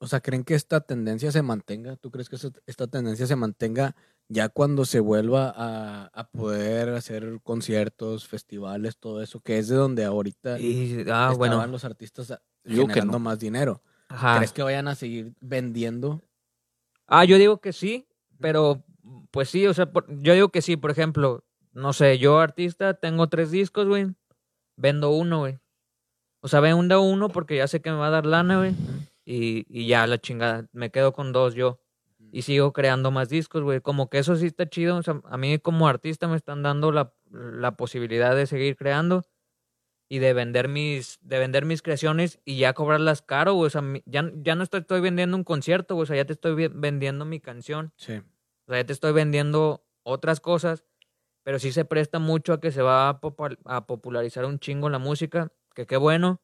Speaker 1: o sea, ¿creen que esta tendencia se mantenga? ¿Tú crees que esta, esta tendencia se mantenga ya cuando se vuelva a, a poder hacer conciertos, festivales, todo eso, que es de donde ahorita
Speaker 2: Y, ah,
Speaker 1: estaban
Speaker 2: bueno.
Speaker 1: los artistas a-
Speaker 3: Yo que
Speaker 1: generando
Speaker 3: no.
Speaker 1: más dinero?
Speaker 2: Ajá.
Speaker 1: ¿Crees que vayan a seguir vendiendo?
Speaker 2: Ah, yo digo que sí, pero pues sí, o sea, por- yo digo que sí, por ejemplo, no sé, yo artista tengo tres discos, güey, vendo uno, güey. O sea, vendo uno porque ya sé que me va a dar lana, güey, y, y ya la chingada, me quedo con dos yo y sigo creando más discos, güey. Como que eso sí está chido, o sea, a mí como artista me están dando la, la posibilidad de seguir creando y de vender mis de vender mis creaciones y ya cobrarlas caro, güey. O sea, mi- ya, ya no estoy, estoy vendiendo un concierto, güey. O sea, ya te estoy vi- vendiendo mi canción.
Speaker 1: Sí.
Speaker 2: O sea, ya te estoy vendiendo otras cosas, pero sí se presta mucho a que se va a, popul- a popularizar un chingo la música, que qué bueno,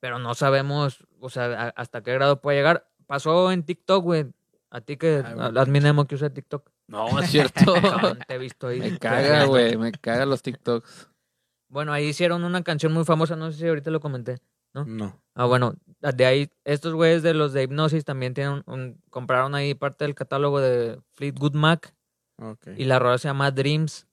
Speaker 2: pero no sabemos, o sea, a- hasta qué grado puede llegar. Pasó en TikTok, güey. A ti que
Speaker 1: Ah,
Speaker 2: al- adminemos que usa
Speaker 3: [laughs]
Speaker 2: TikTok.
Speaker 3: [laughs] No,
Speaker 2: [laughs]
Speaker 3: es cierto.
Speaker 2: Cabrón, te he visto ahí.
Speaker 3: me caga, güey. Me caga los TikToks.
Speaker 2: Bueno, ahí hicieron una canción muy famosa, no sé si ahorita lo comenté.
Speaker 1: No.
Speaker 2: Ah, bueno, de ahí, estos güeyes de los de Hipnosis también tienen un- un- compraron ahí parte del catálogo de Fleetwood Mac.
Speaker 1: Ok.
Speaker 2: Y la rola se llama Dreams.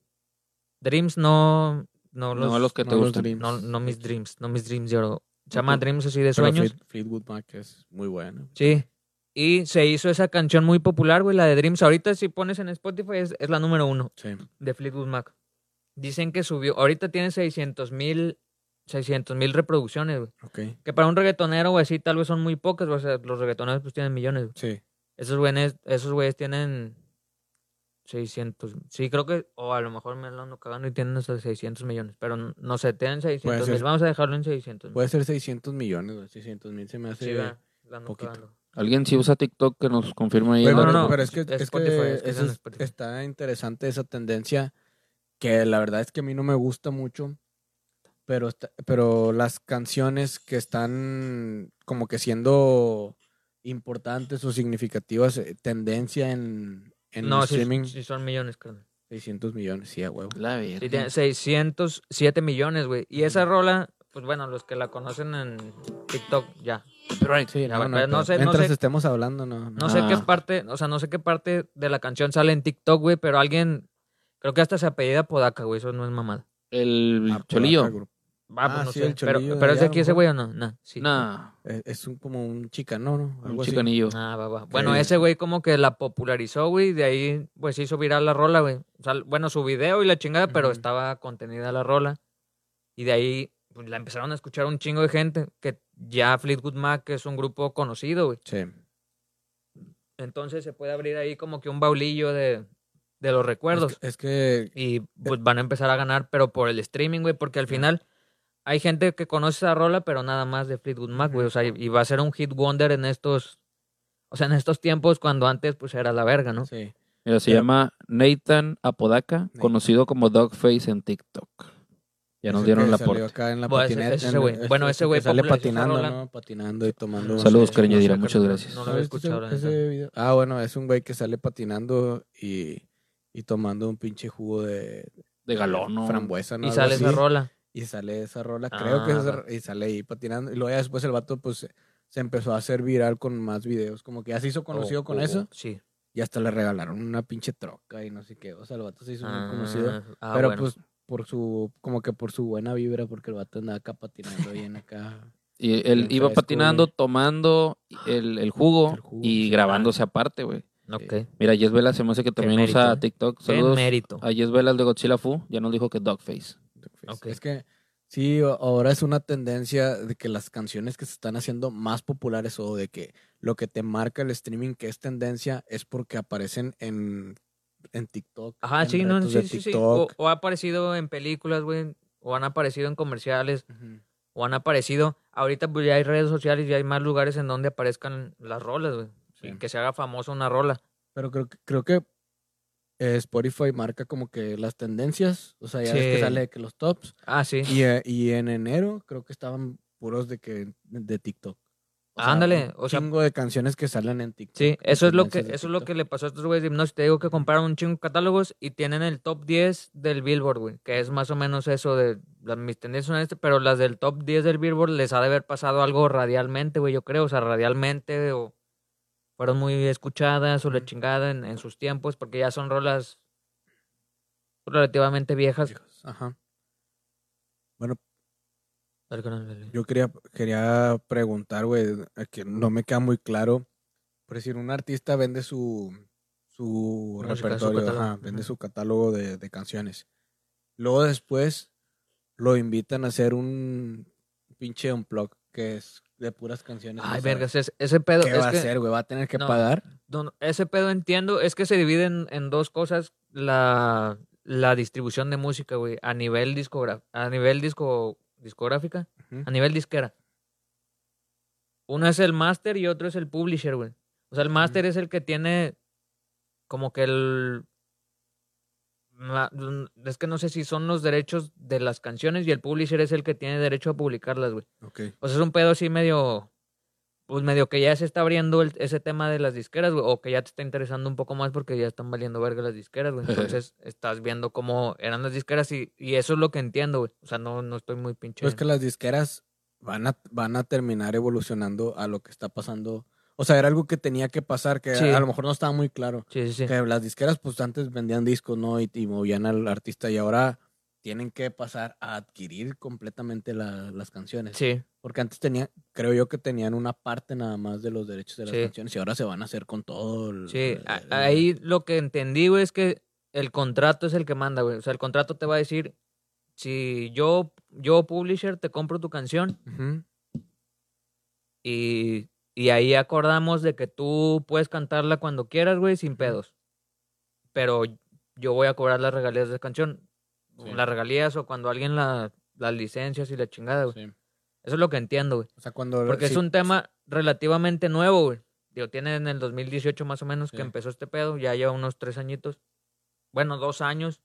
Speaker 2: Dreams no. No, los,
Speaker 3: no los que te
Speaker 1: No los
Speaker 3: gustan.
Speaker 1: Dreams.
Speaker 2: no, no mis dreams. No mis dreams, yo. Se llama
Speaker 1: Ujú.
Speaker 2: Dreams así
Speaker 1: Pero
Speaker 2: de sueños.
Speaker 1: Fleet- Fleetwood Mac es muy bueno.
Speaker 2: Sí. Y se hizo esa canción muy popular, güey, la de Dreams. Ahorita si pones en Spotify es, es la número uno
Speaker 1: Sí.
Speaker 2: de Fleetwood Mac. Dicen que subió. Ahorita tiene 600 mil. 600 mil reproducciones, güey.
Speaker 1: Ok.
Speaker 2: Que para un reggaetonero, güey, sí, tal vez son muy pocas. güey, O sea, los reggaetoneros pues tienen millones, güey.
Speaker 1: Sí.
Speaker 2: Esos güeyes, esos güeyes tienen 600. Sí, creo que. O a lo mejor me lo ando cagando y tienen hasta 600 millones. Pero n- no sé, tienen 600 mil.
Speaker 1: ser.
Speaker 2: Vamos a dejarlo en 600 mil.
Speaker 1: Puede ser 600 millones, güey, 600 mil se me hace.
Speaker 2: sí, va, la ando
Speaker 1: poquito.
Speaker 2: cagando.
Speaker 3: Alguien si usa TikTok que nos confirme ahí. en
Speaker 1: Pero,
Speaker 2: no,
Speaker 3: la-
Speaker 2: no, no.
Speaker 1: pero es que,
Speaker 2: Es
Speaker 1: es que
Speaker 2: Spotify, es que
Speaker 1: eso
Speaker 2: son
Speaker 1: es-
Speaker 2: Spotify.
Speaker 1: está interesante esa tendencia que la verdad es que a mí no me gusta mucho, pero, está- pero las canciones que están como que siendo importantes o significativas, eh, tendencia en, en
Speaker 2: No, sí,
Speaker 1: streaming,
Speaker 2: sí son millones, carnal.
Speaker 1: 600 millones, sí, a huevo.
Speaker 3: La
Speaker 2: Sí,
Speaker 3: verga.
Speaker 2: tienen 607 millones, güey. Y esa rola, pues bueno, los que la conocen en TikTok, ya.
Speaker 1: Sí,
Speaker 2: Ya,
Speaker 1: no, no,
Speaker 2: pero no
Speaker 1: pero
Speaker 2: sé- no
Speaker 1: mientras
Speaker 2: sé-
Speaker 1: estemos hablando, no. no.
Speaker 2: No sé qué
Speaker 3: Ah.
Speaker 2: parte, o sea, no sé qué parte de la canción sale en TikTok, güey, pero alguien. Creo que hasta se apellida Podaca, güey. Eso no es mamada.
Speaker 3: El
Speaker 1: Ah, por
Speaker 3: cholillo.
Speaker 1: acá, grupo.
Speaker 2: Ah, pues
Speaker 1: Ah,
Speaker 2: no
Speaker 1: sí,
Speaker 2: sé.
Speaker 1: el
Speaker 2: pero,
Speaker 1: cholillo de
Speaker 2: pero es de
Speaker 1: allá,
Speaker 2: aquí ese
Speaker 1: mejor.
Speaker 2: güey o no. Nah, sí.
Speaker 3: Nah,
Speaker 1: Es, Eh, es un, como un chicano, ¿no?
Speaker 3: un
Speaker 1: Algo así.
Speaker 3: chicanillo.
Speaker 2: Ah, va, va. Bueno,
Speaker 1: Sí.
Speaker 2: ese güey como que la popularizó, güey. De ahí, pues hizo viral la rola, güey. O sea, bueno, su video y la chingada, pero
Speaker 1: Ujú.
Speaker 2: estaba contenida la rola. Y de ahí, pues la empezaron a escuchar un chingo de gente. Que ya Fleetwood Mac es un grupo conocido, güey.
Speaker 1: Sí.
Speaker 2: Entonces se puede abrir ahí como que un baulillo de, de los recuerdos.
Speaker 1: Es que- es que
Speaker 2: Y pues van a empezar a ganar, pero por el streaming, güey, porque al final hay gente que conoce esa rola, pero nada más de Fleetwood Mac, güey. O sea, y- y va a ser un hit wonder en estos, o sea, en estos tiempos cuando antes pues era la verga, ¿no?
Speaker 1: sí.
Speaker 3: Mira, se
Speaker 1: Pero-
Speaker 3: llama Nathan Apodaca, conocido como Dogface en TikTok. Ya nos
Speaker 1: Ese
Speaker 3: dieron
Speaker 1: que
Speaker 3: la
Speaker 1: salió
Speaker 3: porta.
Speaker 1: acá en la
Speaker 2: Bueno, ese-
Speaker 1: patineta,
Speaker 2: ese
Speaker 1: en-
Speaker 2: güey. Bueno, ese
Speaker 1: que
Speaker 2: güey
Speaker 1: sale
Speaker 2: popularizó esa
Speaker 1: patinando,
Speaker 2: rola.
Speaker 1: ¿no? Patinando y tomando.
Speaker 3: Saludos,
Speaker 2: Sí,
Speaker 3: cariño
Speaker 2: no sé,
Speaker 3: Dira, muchas
Speaker 2: carnal,
Speaker 3: gracias.
Speaker 2: No lo
Speaker 1: ¿Sabes
Speaker 2: había
Speaker 1: ese-
Speaker 2: escuchado, la
Speaker 1: ese
Speaker 2: neta.
Speaker 1: video? Ah, bueno, es un güey que sale patinando y, y tomando un pinche jugo de
Speaker 3: De galón, ¿no?
Speaker 1: frambuesa, ¿no?
Speaker 2: Y
Speaker 1: Algo
Speaker 2: sale esa
Speaker 1: así.
Speaker 2: rola.
Speaker 1: Y sale esa rola, creo que
Speaker 2: Ah,
Speaker 1: es esa-
Speaker 2: va.
Speaker 1: y sale ahí patinando. Y luego ya después el vato, pues, se empezó a hacer viral con más videos. Como que ya se hizo conocido
Speaker 2: Oh,
Speaker 1: con
Speaker 2: oh,
Speaker 1: eso.
Speaker 2: Sí.
Speaker 1: Y hasta le regalaron una pinche troca y no sé qué. O sea, el vato se hizo muy
Speaker 2: Ah,
Speaker 1: conocido.
Speaker 2: ah,
Speaker 1: pero
Speaker 2: bueno.
Speaker 1: pues por su, como que por su buena vibra, porque el vato andaba acá patinando bien
Speaker 2: [laughs]
Speaker 1: acá.
Speaker 3: Y él
Speaker 1: Bien
Speaker 3: iba
Speaker 1: fresco,
Speaker 3: patinando,
Speaker 1: güey.
Speaker 3: tomando el, el jugo
Speaker 1: El jugo,
Speaker 3: y
Speaker 1: sí.
Speaker 3: grabándose aparte, güey.
Speaker 1: eh,
Speaker 2: Ok.
Speaker 3: Mira, Jess Velas se me hace que también
Speaker 2: mérito,
Speaker 3: usa
Speaker 2: eh.
Speaker 3: TikTok.
Speaker 2: Qué
Speaker 3: Saludos
Speaker 2: mérito.
Speaker 3: a Jess Velas de Godzilla Fu. Ya nos dijo que Dogface.
Speaker 2: Ok.
Speaker 1: Es que sí, a- ahora es una tendencia de que las canciones que se están haciendo más populares o de que lo que te marca el streaming que es tendencia es porque aparecen en, en TikTok.
Speaker 2: Ajá,
Speaker 1: en
Speaker 2: sí, no,
Speaker 1: retos
Speaker 2: sí,
Speaker 1: de
Speaker 2: sí, sí. O,
Speaker 1: TikTok.
Speaker 2: o ha aparecido en películas, güey. O han aparecido en comerciales.
Speaker 1: Ujú.
Speaker 2: O han aparecido. Ahorita pues, ya hay redes sociales y hay más lugares en donde aparezcan las rolas, güey.
Speaker 1: Sí.
Speaker 2: Y que se haga famosa una rola.
Speaker 1: Pero creo, que- creo que eh, Spotify marca como que las tendencias, o sea, ya ves
Speaker 2: Sí.
Speaker 1: que sale de que los tops.
Speaker 2: Ah, sí.
Speaker 1: Y, eh, y en enero creo que estaban puros de que de TikTok.
Speaker 2: Ándale,
Speaker 1: un
Speaker 2: o sea-
Speaker 1: chingo de canciones que salen en TikTok.
Speaker 2: Sí,
Speaker 1: de
Speaker 2: eso es lo que,
Speaker 1: tendencias de
Speaker 2: eso es lo
Speaker 1: TikTok.
Speaker 2: que le pasó a estos güeyes de hipnosis. Te digo que compraron un chingo de catálogos y tienen el top 10 del Billboard, güey. Que es más o menos eso de las, mis tendencias son este, pero las del top 10 del Billboard les ha de haber pasado algo radialmente, güey, yo creo. O sea, radialmente o fueron muy escuchadas o la chingada en, en sus tiempos porque ya son rolas relativamente viejas.
Speaker 1: Ajá.
Speaker 2: Yo,
Speaker 1: Yo quería, quería preguntar, güey, eh, que no me queda muy claro. Por decir, un artista vende su, su
Speaker 2: Música, su
Speaker 1: repertorio, ajá,
Speaker 2: catálogo,
Speaker 1: vende
Speaker 2: ujú.
Speaker 1: su catálogo de, de canciones. Luego después lo invitan a hacer un pinche unplug que es de puras canciones.
Speaker 2: Ay,
Speaker 1: no sabe
Speaker 2: vergas, es- ese pedo.
Speaker 1: ¿Qué
Speaker 2: es
Speaker 1: va
Speaker 2: que-
Speaker 1: a hacer, güey? ¿Va a tener que
Speaker 2: No.
Speaker 1: pagar?
Speaker 2: No, no, ese pedo entiendo, es que se divide en, en dos cosas la, la distribución de música, güey, a nivel discogra- a nivel disco discográfica,
Speaker 1: Ujú.
Speaker 2: a nivel disquera. Uno es el master y otro es el publisher, güey. O sea, el master es el que tiene como que el ma- es que no sé si son los derechos de las canciones y el publisher es el que tiene derecho a publicarlas, güey.
Speaker 1: Ok.
Speaker 2: Pues es un pedo así medio. Pues medio que ya se está abriendo el- ese tema de las disqueras, güey. O que ya te está interesando un poco más porque ya están valiendo verga las
Speaker 1: [laughs]
Speaker 2: disqueras, güey. Entonces estás viendo cómo eran las disqueras y, y eso es lo que entiendo, güey. O sea, no, no estoy muy pinche.
Speaker 1: Pues que las disqueras van a, van a terminar evolucionando a lo que está pasando. O sea, era algo que tenía que pasar, que
Speaker 2: Sí.
Speaker 1: a lo mejor no estaba muy claro.
Speaker 2: Sí, sí, sí.
Speaker 1: Que las disqueras, pues antes vendían discos, ¿no? Y, y movían al artista y ahora tienen que pasar a adquirir completamente la- las canciones.
Speaker 2: Sí,
Speaker 1: Porque antes tenía, creo yo que tenían una parte nada más de los derechos de las
Speaker 2: Sí.
Speaker 1: canciones y ahora se van a hacer con todo. el-
Speaker 2: sí.
Speaker 1: el-
Speaker 2: A-
Speaker 1: el-
Speaker 2: Ahí lo que entendí, güey, es que el contrato es el que manda, güey. O sea, el contrato te va a decir: si yo, yo, publisher, te compro tu canción,
Speaker 1: Ujú.
Speaker 2: Y, y ahí acordamos de que tú puedes cantarla cuando quieras, güey, sin pedos. Pero yo voy a cobrar las regalías de la canción.
Speaker 1: Sí.
Speaker 2: Las regalías o cuando alguien la, las licencias y la chingada, güey.
Speaker 1: Sí.
Speaker 2: Eso es lo que entiendo, güey.
Speaker 1: O sea, cuando.
Speaker 2: Porque es
Speaker 1: sí,
Speaker 2: un tema relativamente nuevo, güey. Digo, tiene en el 2018 más o menos que
Speaker 1: Sí.
Speaker 2: empezó este pedo. Ya lleva unos tres añitos. Bueno, dos años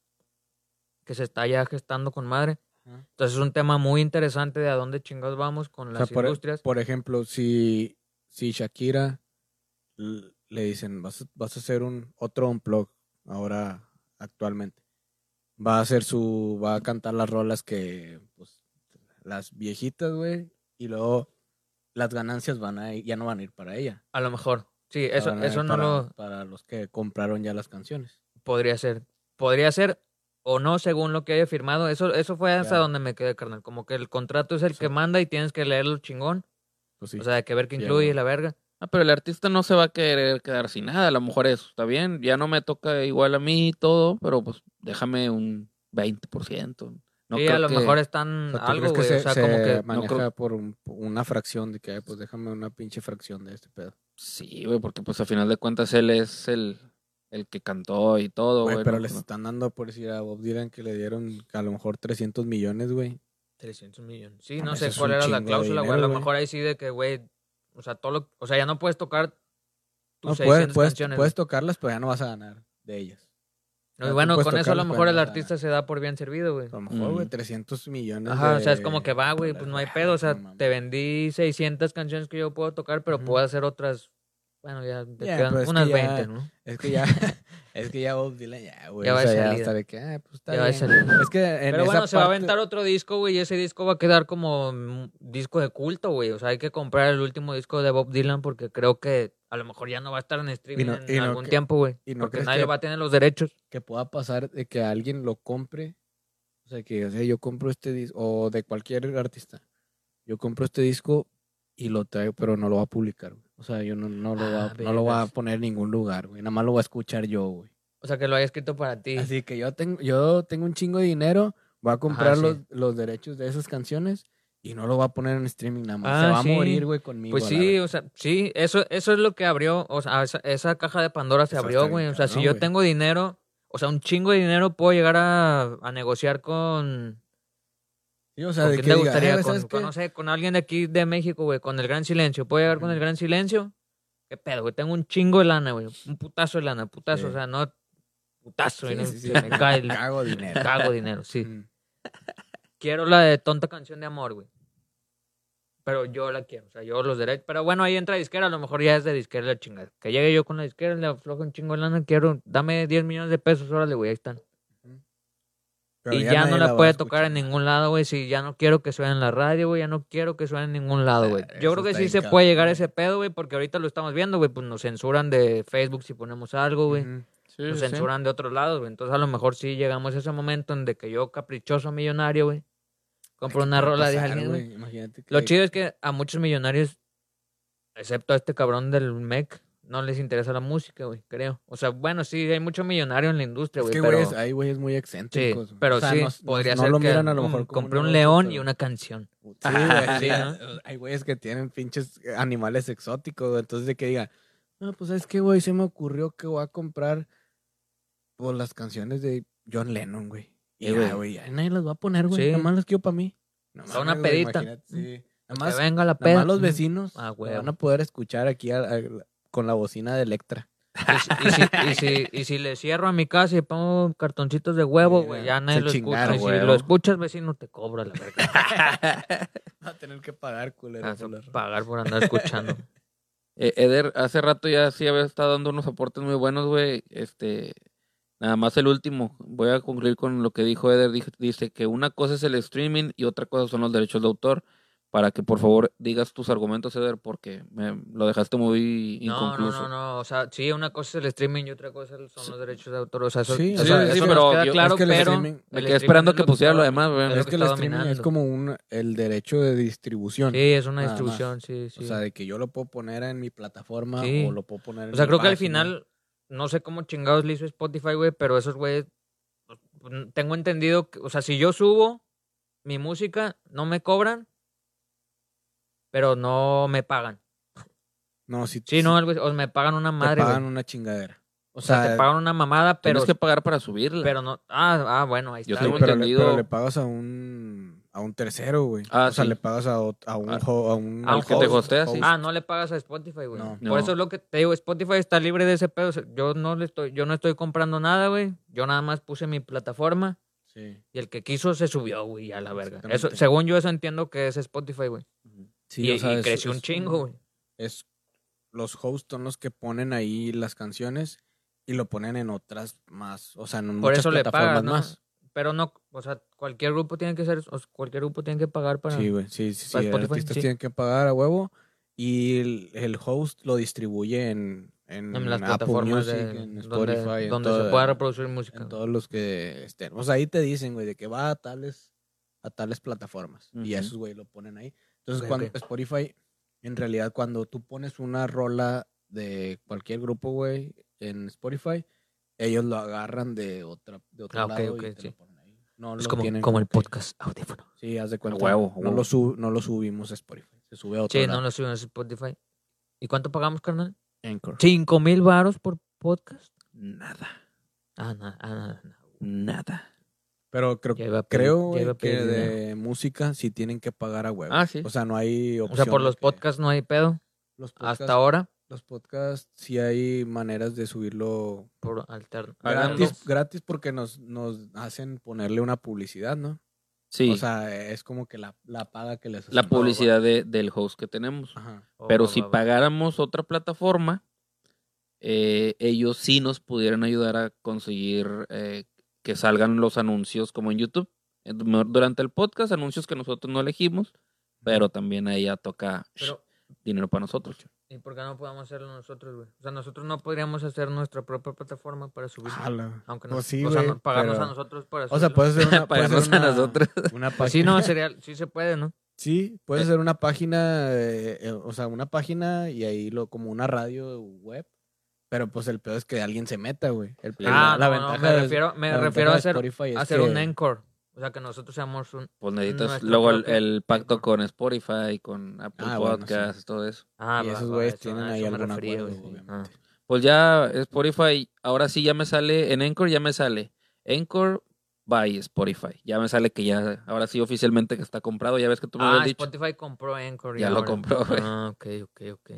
Speaker 2: que se está ya gestando con madre.
Speaker 1: Ajá.
Speaker 2: Entonces es un tema muy interesante de a dónde chingados vamos con
Speaker 1: o
Speaker 2: las
Speaker 1: sea, por, e
Speaker 2: industrias.
Speaker 1: por ejemplo, si, si Shakira l- le dicen, vas, a- vas a hacer un otro unplug ahora, actualmente. Va a hacer su. Va a cantar las rolas que. Pues, las viejitas, güey. Y luego las ganancias van a ir- ya no van a ir para ella.
Speaker 2: A lo mejor. Sí,
Speaker 1: O sea,
Speaker 2: eso,
Speaker 1: van a ir
Speaker 2: eso no
Speaker 1: para,
Speaker 2: lo
Speaker 1: Para los que compraron ya las canciones.
Speaker 2: podría ser. Podría ser o no según lo que haya firmado. Eso, eso fue hasta
Speaker 1: Claro.
Speaker 2: donde me quedé, carnal. Como que el contrato es el
Speaker 1: Sí.
Speaker 2: que manda y tienes que leerlo chingón.
Speaker 1: Pues sí.
Speaker 2: O sea, hay que ver qué
Speaker 1: Sí,
Speaker 2: incluye
Speaker 1: güey.
Speaker 2: la verga.
Speaker 3: Ah, pero el artista no se va a querer quedar sin nada. A lo mejor eso está bien. Ya no me toca igual a mí y todo, pero pues déjame un 20%. No
Speaker 2: sí,
Speaker 3: creo
Speaker 2: a lo
Speaker 3: que-
Speaker 2: mejor
Speaker 1: O
Speaker 2: están
Speaker 1: sea, ¿tú crees
Speaker 2: algo,
Speaker 1: que
Speaker 2: güey.
Speaker 1: se,
Speaker 2: o sea,
Speaker 1: se
Speaker 2: como que.
Speaker 1: maneja
Speaker 3: creo-
Speaker 1: por un- por una fracción de que, "Ay, pues déjame una pinche fracción de este pedo?
Speaker 3: Sí, güey, porque pues a final de cuentas él es el, el que cantó y todo,
Speaker 1: Güey,
Speaker 3: güey.
Speaker 1: pero
Speaker 3: no-
Speaker 1: les
Speaker 3: Pues, no-
Speaker 1: están dando, por decir, a Bob Dylan que le dieron a lo mejor 300 millones, güey.
Speaker 2: 300 millones. Sí,
Speaker 1: Ah,
Speaker 2: no
Speaker 1: eso
Speaker 2: sé
Speaker 1: es
Speaker 2: cuál
Speaker 1: un
Speaker 2: era la
Speaker 1: chingo de
Speaker 2: cláusula, güey. A
Speaker 1: dinero,
Speaker 2: lo
Speaker 1: güey.
Speaker 2: mejor ahí sí de que, güey. O sea, todo lo- o sea, ya no puedes tocar tus
Speaker 1: No, puedes,
Speaker 2: 600
Speaker 1: puedes,
Speaker 2: canciones.
Speaker 1: puedes tocarlas, pero ya no vas a ganar de ellas.
Speaker 2: güey.
Speaker 1: ya
Speaker 2: y
Speaker 1: tú
Speaker 2: bueno,
Speaker 1: puedes
Speaker 2: con eso a lo
Speaker 1: tocarlas,
Speaker 2: mejor
Speaker 1: pero
Speaker 2: el
Speaker 1: no vas a
Speaker 2: artista se da por bien servido, güey.
Speaker 1: A lo mejor, güey,
Speaker 3: Mm.
Speaker 1: 300 millones.
Speaker 2: Ajá, o sea, es
Speaker 1: de
Speaker 2: como que va, güey, pues no hay
Speaker 1: dólares,
Speaker 2: pedo. O sea,
Speaker 1: no mames.
Speaker 2: te vendí 600 canciones que yo puedo tocar, pero
Speaker 1: Ujú.
Speaker 2: puedo hacer otras Bueno, ya te
Speaker 1: Ya,
Speaker 2: quedan
Speaker 1: pero es que
Speaker 2: unas
Speaker 1: ya-
Speaker 2: 20, ¿no?
Speaker 1: Es que ya, [laughs] es que ya Bob Dylan, ya, güey.
Speaker 2: Ya
Speaker 1: o
Speaker 2: va de
Speaker 1: sea, ya
Speaker 2: salida.
Speaker 1: hasta de que, ah, pues está
Speaker 2: Ya va de
Speaker 1: bien.
Speaker 2: salida.
Speaker 1: Es que en
Speaker 2: Pero
Speaker 1: esa
Speaker 2: bueno, se va a
Speaker 1: parte-
Speaker 2: aventar otro disco, güey, y ese disco va a quedar como un disco de culto, güey. O sea, hay que comprar el último disco de Bob Dylan porque creo que a lo mejor ya no va a estar en streaming
Speaker 1: no-
Speaker 2: en
Speaker 1: y no
Speaker 2: algún
Speaker 1: que-
Speaker 2: tiempo, güey.
Speaker 1: y no
Speaker 2: porque
Speaker 1: crees
Speaker 2: nadie
Speaker 1: que-
Speaker 2: va a tener los derechos.
Speaker 1: que pueda pasar de que alguien lo compre. O sea, que o sea, yo compro este disco, o de cualquier artista. Yo compro este disco y lo traigo, pero no lo va a publicar. güey. O sea, yo no, no lo, va,
Speaker 2: Ah,
Speaker 1: no lo va a
Speaker 2: vergas.
Speaker 1: poner en ningún lugar, güey. Nada más lo voy a escuchar yo, güey.
Speaker 2: O sea, que lo haya escrito para ti.
Speaker 1: Así que yo tengo, yo tengo un chingo de dinero, voy a comprar
Speaker 2: sí.
Speaker 1: los, los derechos de esas canciones y no lo va a poner en streaming nada más.
Speaker 2: Ah,
Speaker 1: Se va
Speaker 2: sí.
Speaker 1: a morir, güey, conmigo.
Speaker 2: Pues
Speaker 1: a la
Speaker 2: sí,
Speaker 1: verga.
Speaker 2: o sea, sí, eso, eso es lo que abrió, o sea, esa, esa caja de Pandora se
Speaker 1: Eso
Speaker 2: abrió,
Speaker 1: está bien
Speaker 2: güey. O sea, si
Speaker 1: cabrón,
Speaker 2: yo
Speaker 1: güey.
Speaker 2: tengo dinero, o sea, un chingo de dinero, puedo llegar a, a negociar con...
Speaker 1: Sí, o sea,
Speaker 2: ¿Con
Speaker 1: de
Speaker 2: quién
Speaker 1: que
Speaker 2: te
Speaker 1: diga,
Speaker 2: gustaría?
Speaker 1: "Eh, ¿sabes
Speaker 2: con, con,
Speaker 1: qué?
Speaker 2: no sé, con alguien de aquí de México, güey, con el Gran Silencio. ¿Puedo llegar con el
Speaker 1: Ujú.
Speaker 2: Gran Silencio? ¿Qué pedo, güey? Tengo un chingo de lana, güey. Un putazo de lana, putazo,
Speaker 1: Sí.
Speaker 2: o sea, no... Putazo,
Speaker 1: Sí,
Speaker 2: y no-
Speaker 1: sí, sí.
Speaker 2: se me cae el
Speaker 1: [laughs] Cago dinero.
Speaker 2: [laughs] cago dinero, sí.
Speaker 1: Mm.
Speaker 2: Quiero la de tonta canción de amor, güey. Pero yo la quiero, o sea, yo los derechos. Pero bueno, ahí entra disquera, a lo mejor ya es de disquera la chingada. Que llegue yo con la disquera, le aflojo un chingo de lana, quiero, dame 10 millones de pesos, órale, güey, ahí están.
Speaker 1: Pero
Speaker 2: y ya
Speaker 1: nadie
Speaker 2: no
Speaker 1: va
Speaker 2: la
Speaker 1: a
Speaker 2: puede
Speaker 1: escuchar.
Speaker 2: tocar en ningún lado, güey. Si ya no quiero que suene en la radio, güey, ya no quiero que suene en ningún lado, güey. Yo
Speaker 1: eso
Speaker 2: creo que
Speaker 1: está
Speaker 2: sí
Speaker 1: bien
Speaker 2: se puede
Speaker 1: cabrón,
Speaker 2: llegar a
Speaker 1: güey.
Speaker 2: ese pedo, güey, porque ahorita lo estamos viendo, güey, pues nos censuran de Facebook si ponemos algo, güey.
Speaker 1: Ujú.
Speaker 3: Sí,
Speaker 2: Nos
Speaker 3: sí, sí.
Speaker 2: censuran de otros lados, güey. Entonces a lo mejor sí llegamos a ese momento en de que yo, caprichoso millonario, güey, compro
Speaker 1: ¿Qué
Speaker 2: una
Speaker 1: puede
Speaker 2: rola de
Speaker 1: pasar,
Speaker 2: alguien, güey.
Speaker 1: Imagínate que-
Speaker 2: Lo chido es que a muchos millonarios, excepto a este cabrón del MEC, no les interesa la música, güey, creo. O sea, bueno, sí, hay muchos millonarios en la industria,
Speaker 1: es
Speaker 2: güey,
Speaker 1: que
Speaker 2: pero...
Speaker 1: güeyes- hay güeyes muy
Speaker 2: Sí,
Speaker 1: excéntricos. güey.
Speaker 2: pero
Speaker 1: O sea,
Speaker 2: sí,
Speaker 1: no- no-
Speaker 2: podría
Speaker 1: no
Speaker 2: ser
Speaker 1: lo
Speaker 2: que
Speaker 1: miran a lo
Speaker 2: mm,
Speaker 1: mejor como
Speaker 2: compré un
Speaker 1: negocio,
Speaker 2: león y
Speaker 1: pero-
Speaker 2: una canción.
Speaker 1: Sí,
Speaker 2: [laughs]
Speaker 3: Ah,
Speaker 1: güey,
Speaker 2: sí,
Speaker 1: sí. Hay güeyes que tienen pinches animales exóticos, güey. entonces de que digan, no, pues es que, güey, se me ocurrió que voy a comprar por las canciones de John Lennon, güey. Y
Speaker 3: Eh,
Speaker 1: ya,
Speaker 3: güey.
Speaker 1: güey, ya nadie las va a poner, güey.
Speaker 2: Sí.
Speaker 1: Nada más las quiero para mí. No
Speaker 2: Para una
Speaker 1: mames, güey,
Speaker 2: pedita.
Speaker 1: imagínate, Sí. Nada
Speaker 2: Que
Speaker 1: más,
Speaker 2: venga la
Speaker 1: nada
Speaker 2: peda.
Speaker 1: más los
Speaker 2: Mm.
Speaker 1: vecinos
Speaker 2: Ah,
Speaker 1: lo
Speaker 2: güey.
Speaker 1: van a poder escuchar aquí a- a- con la bocina de Electra.
Speaker 2: [laughs] Y si, y, si, y si le cierro a mi casa y pongo cartoncitos de huevo,
Speaker 1: Mira,
Speaker 2: güey, ya nadie
Speaker 1: se
Speaker 2: lo escucha.
Speaker 1: chingaron,
Speaker 2: Y si
Speaker 3: huevo.
Speaker 2: lo escuchas, vecino, te cobra la verga. [laughs]
Speaker 1: Va a tener que pagar, culero.
Speaker 2: Vas a
Speaker 1: por la rola.
Speaker 2: Pagar por andar escuchando.
Speaker 3: Eh, Eder, hace rato ya sí había estado dando unos aportes muy buenos, güey. Este, nada más el último. Voy a concluir con lo que dijo Eder. Dij- Dice que una cosa es el streaming y otra cosa son los derechos de autor. Para que por favor digas tus argumentos, Eder, porque me lo dejaste muy
Speaker 2: [laughs] No, no,
Speaker 3: inconcluso.
Speaker 2: no, no. O sea, sí, una cosa es el streaming y otra cosa son los derechos de autor. O sea, eso,
Speaker 1: Sí,
Speaker 2: o
Speaker 1: sí,
Speaker 2: sea,
Speaker 3: sí,
Speaker 2: eso
Speaker 3: pero
Speaker 2: nos queda
Speaker 3: yo-
Speaker 2: claro,
Speaker 1: es que el
Speaker 2: pero.
Speaker 1: streaming-
Speaker 2: el
Speaker 3: Me
Speaker 2: streaming
Speaker 3: quedé esperando
Speaker 2: es
Speaker 3: que
Speaker 2: lo
Speaker 3: pusiera lo
Speaker 2: está-
Speaker 3: demás,
Speaker 2: es
Speaker 3: güey.
Speaker 2: lo
Speaker 1: Es
Speaker 2: que
Speaker 1: que el
Speaker 2: está
Speaker 1: streaming es
Speaker 2: dominando.
Speaker 1: como un, el derecho de distribución.
Speaker 2: Sí, es una
Speaker 1: nada más.
Speaker 2: distribución, sí, sí.
Speaker 1: O sea, de que yo lo puedo poner en mi plataforma
Speaker 2: Sí.
Speaker 1: o lo puedo poner en
Speaker 2: O sea,
Speaker 1: mi
Speaker 2: creo que al
Speaker 1: página.
Speaker 2: final, no sé cómo chingados le hizo Spotify, güey, pero esos güeyes, mm, tengo entendido, que, o sea, si yo subo mi música, no me cobran, pero no me pagan.
Speaker 1: No, si,
Speaker 2: Sí, no, algo así, o me pagan una
Speaker 1: te
Speaker 2: madre, güey.
Speaker 1: pagan una chingadera.
Speaker 2: O sea, te pagan una mamada, pero,
Speaker 3: Tienes que pagar para subirla.
Speaker 2: pero no, ah, ah, bueno, ahí
Speaker 3: Yo
Speaker 1: sí,
Speaker 2: está.
Speaker 3: tengo
Speaker 2: güey.
Speaker 1: pero, le,
Speaker 3: entendido-
Speaker 1: pero le pagas a un a un tercero, güey.
Speaker 3: Ah,
Speaker 1: o sea,
Speaker 3: sí.
Speaker 1: le pagas a, ot- a un
Speaker 3: Ah.
Speaker 1: ho- a un
Speaker 2: Al que te
Speaker 3: hostea, sí.
Speaker 2: Ah, no le pagas a Spotify, güey.
Speaker 1: No.
Speaker 3: No.
Speaker 2: Por eso es lo que te digo, Spotify está libre de ese pedo. o sea, Yo no le estoy, yo no estoy comprando nada, güey. Yo nada más puse mi plataforma.
Speaker 1: Sí.
Speaker 2: Y el que quiso se subió, güey, a la verga. Eso,
Speaker 1: Exactamente.
Speaker 2: según yo, eso entiendo que es Spotify, güey.
Speaker 1: Sí,
Speaker 2: y,
Speaker 1: o sea,
Speaker 2: y
Speaker 1: es-
Speaker 2: creció
Speaker 1: es-
Speaker 2: un chingo, güey.
Speaker 1: Es los hosts son los que ponen ahí las canciones y lo ponen en otras más, o sea, en
Speaker 2: Por
Speaker 1: muchas
Speaker 2: eso le
Speaker 1: plataformas
Speaker 2: pagas, ¿no?
Speaker 1: más.
Speaker 2: Pero no, o sea, cualquier grupo tiene que ser, o sea, cualquier grupo tiene que pagar para.
Speaker 1: Sí, güey. Sí, sí, sí.
Speaker 2: para Spotify,
Speaker 1: artistas
Speaker 2: sí.
Speaker 1: tienen que pagar a huevo y el, el host lo distribuye en, en,
Speaker 2: en las
Speaker 1: Apple
Speaker 2: plataformas
Speaker 1: Music,
Speaker 2: de-
Speaker 1: en
Speaker 2: donde,
Speaker 1: Spotify, en
Speaker 2: donde se
Speaker 1: todo-
Speaker 2: pueda reproducir música.
Speaker 1: en todos los que estén. O sea, ahí te dicen, güey, de que va a tales, a tales plataformas. Y
Speaker 3: Ujú.
Speaker 1: esos, güey, lo ponen ahí. Entonces,
Speaker 2: Ok,
Speaker 1: cuando
Speaker 2: ok.
Speaker 1: Spotify, en realidad, cuando tú pones una rola de cualquier grupo, güey, en Spotify, ellos lo agarran de otra de otro
Speaker 2: Ah, ok,
Speaker 1: lado
Speaker 2: ok,
Speaker 1: y te
Speaker 2: sí.
Speaker 1: lo ponen ahí. No
Speaker 2: es
Speaker 1: lo
Speaker 2: como,
Speaker 1: tienen
Speaker 2: como el
Speaker 1: que-
Speaker 2: podcast audífono.
Speaker 1: Sí, haz de cuenta.
Speaker 3: huevo, a
Speaker 1: no,
Speaker 3: huevo.
Speaker 1: lo sub- no lo subimos a Spotify. Se sube a otro
Speaker 2: Sí, no
Speaker 1: lado.
Speaker 2: lo subimos a Spotify. ¿Y cuánto pagamos, carnal?
Speaker 1: Anchor.
Speaker 2: ¿Cinco mil varos por podcast?
Speaker 3: Nada,
Speaker 2: Ah, nada, ah, nada. nada.
Speaker 3: nada.
Speaker 1: Pero creo,
Speaker 2: Ya iba a pedir-
Speaker 1: creo
Speaker 2: ya
Speaker 1: güey,
Speaker 2: iba a
Speaker 1: que
Speaker 2: pedir dinero.
Speaker 1: de música sí tienen que pagar a huevo.
Speaker 3: Ah, sí.
Speaker 1: O sea, no hay
Speaker 2: O
Speaker 1: opción.
Speaker 2: sea, por
Speaker 1: de
Speaker 2: los
Speaker 1: que-
Speaker 2: podcasts no hay pedo.
Speaker 1: Los podcasts,
Speaker 2: Hasta ahora,
Speaker 1: Los podcasts sí hay maneras de subirlo
Speaker 2: por alterno.
Speaker 1: Ah,
Speaker 3: Pagando.
Speaker 1: gratis, gratis porque nos, nos hacen ponerle una publicidad, ¿no?
Speaker 3: Sí,
Speaker 1: O sea, e, es como que la, la paga que les
Speaker 3: la
Speaker 1: hacen.
Speaker 3: publicidad de- del host que tenemos.
Speaker 1: Ajá.
Speaker 2: Oh,
Speaker 3: Pero
Speaker 2: va,
Speaker 3: si
Speaker 2: va, va.
Speaker 3: pagáramos otra plataforma, eh, ellos sí nos pudieran ayudar a conseguir eh, que salgan los anuncios como en YouTube. Eh, du- Durante el podcast, anuncios que nosotros no elegimos, pero también ahí ya toca
Speaker 2: Pero,
Speaker 3: dinero para nosotros.
Speaker 2: ¿y por qué no podemos hacerlo nosotros, güey? O sea, nosotros no podríamos hacer nuestra propia plataforma para subir.
Speaker 1: Jala.
Speaker 2: aunque
Speaker 5: pues
Speaker 2: nos
Speaker 5: sí,
Speaker 2: o sea,
Speaker 5: güey,
Speaker 2: no- pagarnos
Speaker 1: pero-
Speaker 2: a nosotros para
Speaker 1: O sea, pues,
Speaker 2: subirlo.
Speaker 1: puedes hacer una, puedes
Speaker 3: Pagarnos
Speaker 1: hacer
Speaker 3: a
Speaker 1: una-
Speaker 3: nosotros.
Speaker 1: Una
Speaker 2: Pues sí,
Speaker 1: página.
Speaker 2: no, sería, sí se puede, ¿no?
Speaker 1: Sí, puedes hacer una página, eh, eh, o sea, una página y ahí lo como una radio web. Pero pues el peor es que alguien se meta, güey. El- el-
Speaker 2: ah,
Speaker 1: [laughs] la
Speaker 2: no, no,
Speaker 1: ventaja
Speaker 2: me
Speaker 1: de-
Speaker 2: refiero, me
Speaker 1: la
Speaker 2: refiero a
Speaker 1: ventaja
Speaker 2: hacer,
Speaker 1: de Spotify es
Speaker 2: a hacer
Speaker 1: que-
Speaker 2: un encore. O sea, que nosotros seamos un...
Speaker 3: Pues necesitas
Speaker 2: Nuestro
Speaker 3: luego el,
Speaker 2: propio-
Speaker 3: el pacto con Spotify, con Apple
Speaker 1: Ah, bueno, sí.
Speaker 3: Podcasts, todo eso.
Speaker 2: Ah,
Speaker 1: y
Speaker 2: va,
Speaker 1: esos
Speaker 2: va,
Speaker 1: güeyes
Speaker 2: eso-
Speaker 1: tienen
Speaker 2: a
Speaker 1: ahí
Speaker 2: eso me
Speaker 1: algún
Speaker 2: refería,
Speaker 1: acuerdo,
Speaker 2: güey, sí. Ah.
Speaker 1: obviamente.
Speaker 3: Pues ya Spotify, ahora sí ya me sale, en Anchor ya me sale, Anchor by Spotify. Ya me sale que ya, ahora sí oficialmente que está comprado, ya ves que tú me
Speaker 2: Ah,
Speaker 3: habías dicho.
Speaker 2: Spotify compró Encore.
Speaker 3: Ya lo
Speaker 2: ahora.
Speaker 3: compró, güey.
Speaker 2: Ah, ok, ok, ok.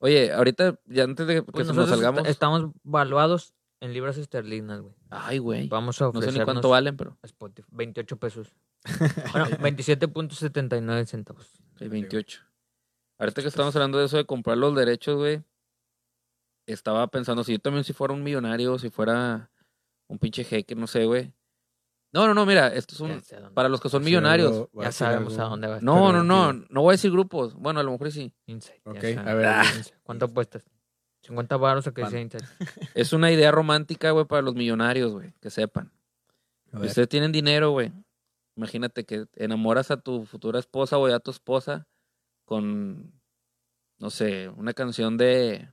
Speaker 3: Oye, ahorita, ya antes de que
Speaker 2: Pues
Speaker 3: se nos
Speaker 2: nosotros
Speaker 3: salgamos.
Speaker 2: est- estamos valuados en libras esterlinas, güey.
Speaker 3: Ay, güey.
Speaker 2: Vamos a
Speaker 3: No sé
Speaker 2: ofrecernos
Speaker 3: ni cuánto valen, pero
Speaker 2: a Spotify, 28 pesos. bueno, 27.79 centavos.
Speaker 3: hay 28. Ahorita que estamos hablando de eso de comprar los derechos, güey. Estaba pensando, si yo también si fuera un millonario, si fuera un pinche jeque, no sé, güey. No, no, no, mira, esto es
Speaker 2: Ya,
Speaker 3: un...
Speaker 2: sé a dónde-
Speaker 3: Para los que son
Speaker 2: Pues
Speaker 1: Sí,
Speaker 3: millonarios.
Speaker 1: algo- va a
Speaker 2: ya
Speaker 1: decir
Speaker 2: sabemos
Speaker 1: algo.
Speaker 2: a dónde va.
Speaker 3: No, no,
Speaker 1: Ah, Pero
Speaker 3: no,
Speaker 1: digo-
Speaker 3: no voy a decir grupos. Bueno, a lo mejor sí.
Speaker 2: Insight. ya
Speaker 1: Ok,
Speaker 2: saben.
Speaker 1: a ver.
Speaker 2: Insight. ¿Cuánto apuestas? 50 baros a que
Speaker 1: ¿Cuánto?
Speaker 2: sea Insight.
Speaker 3: Es una idea romántica, güey, para los millonarios, güey, que sepan.
Speaker 1: A
Speaker 3: Si
Speaker 1: ver.
Speaker 3: ustedes tienen dinero, güey, imagínate que enamoras a tu futura esposa o a tu esposa con, no sé, una canción de,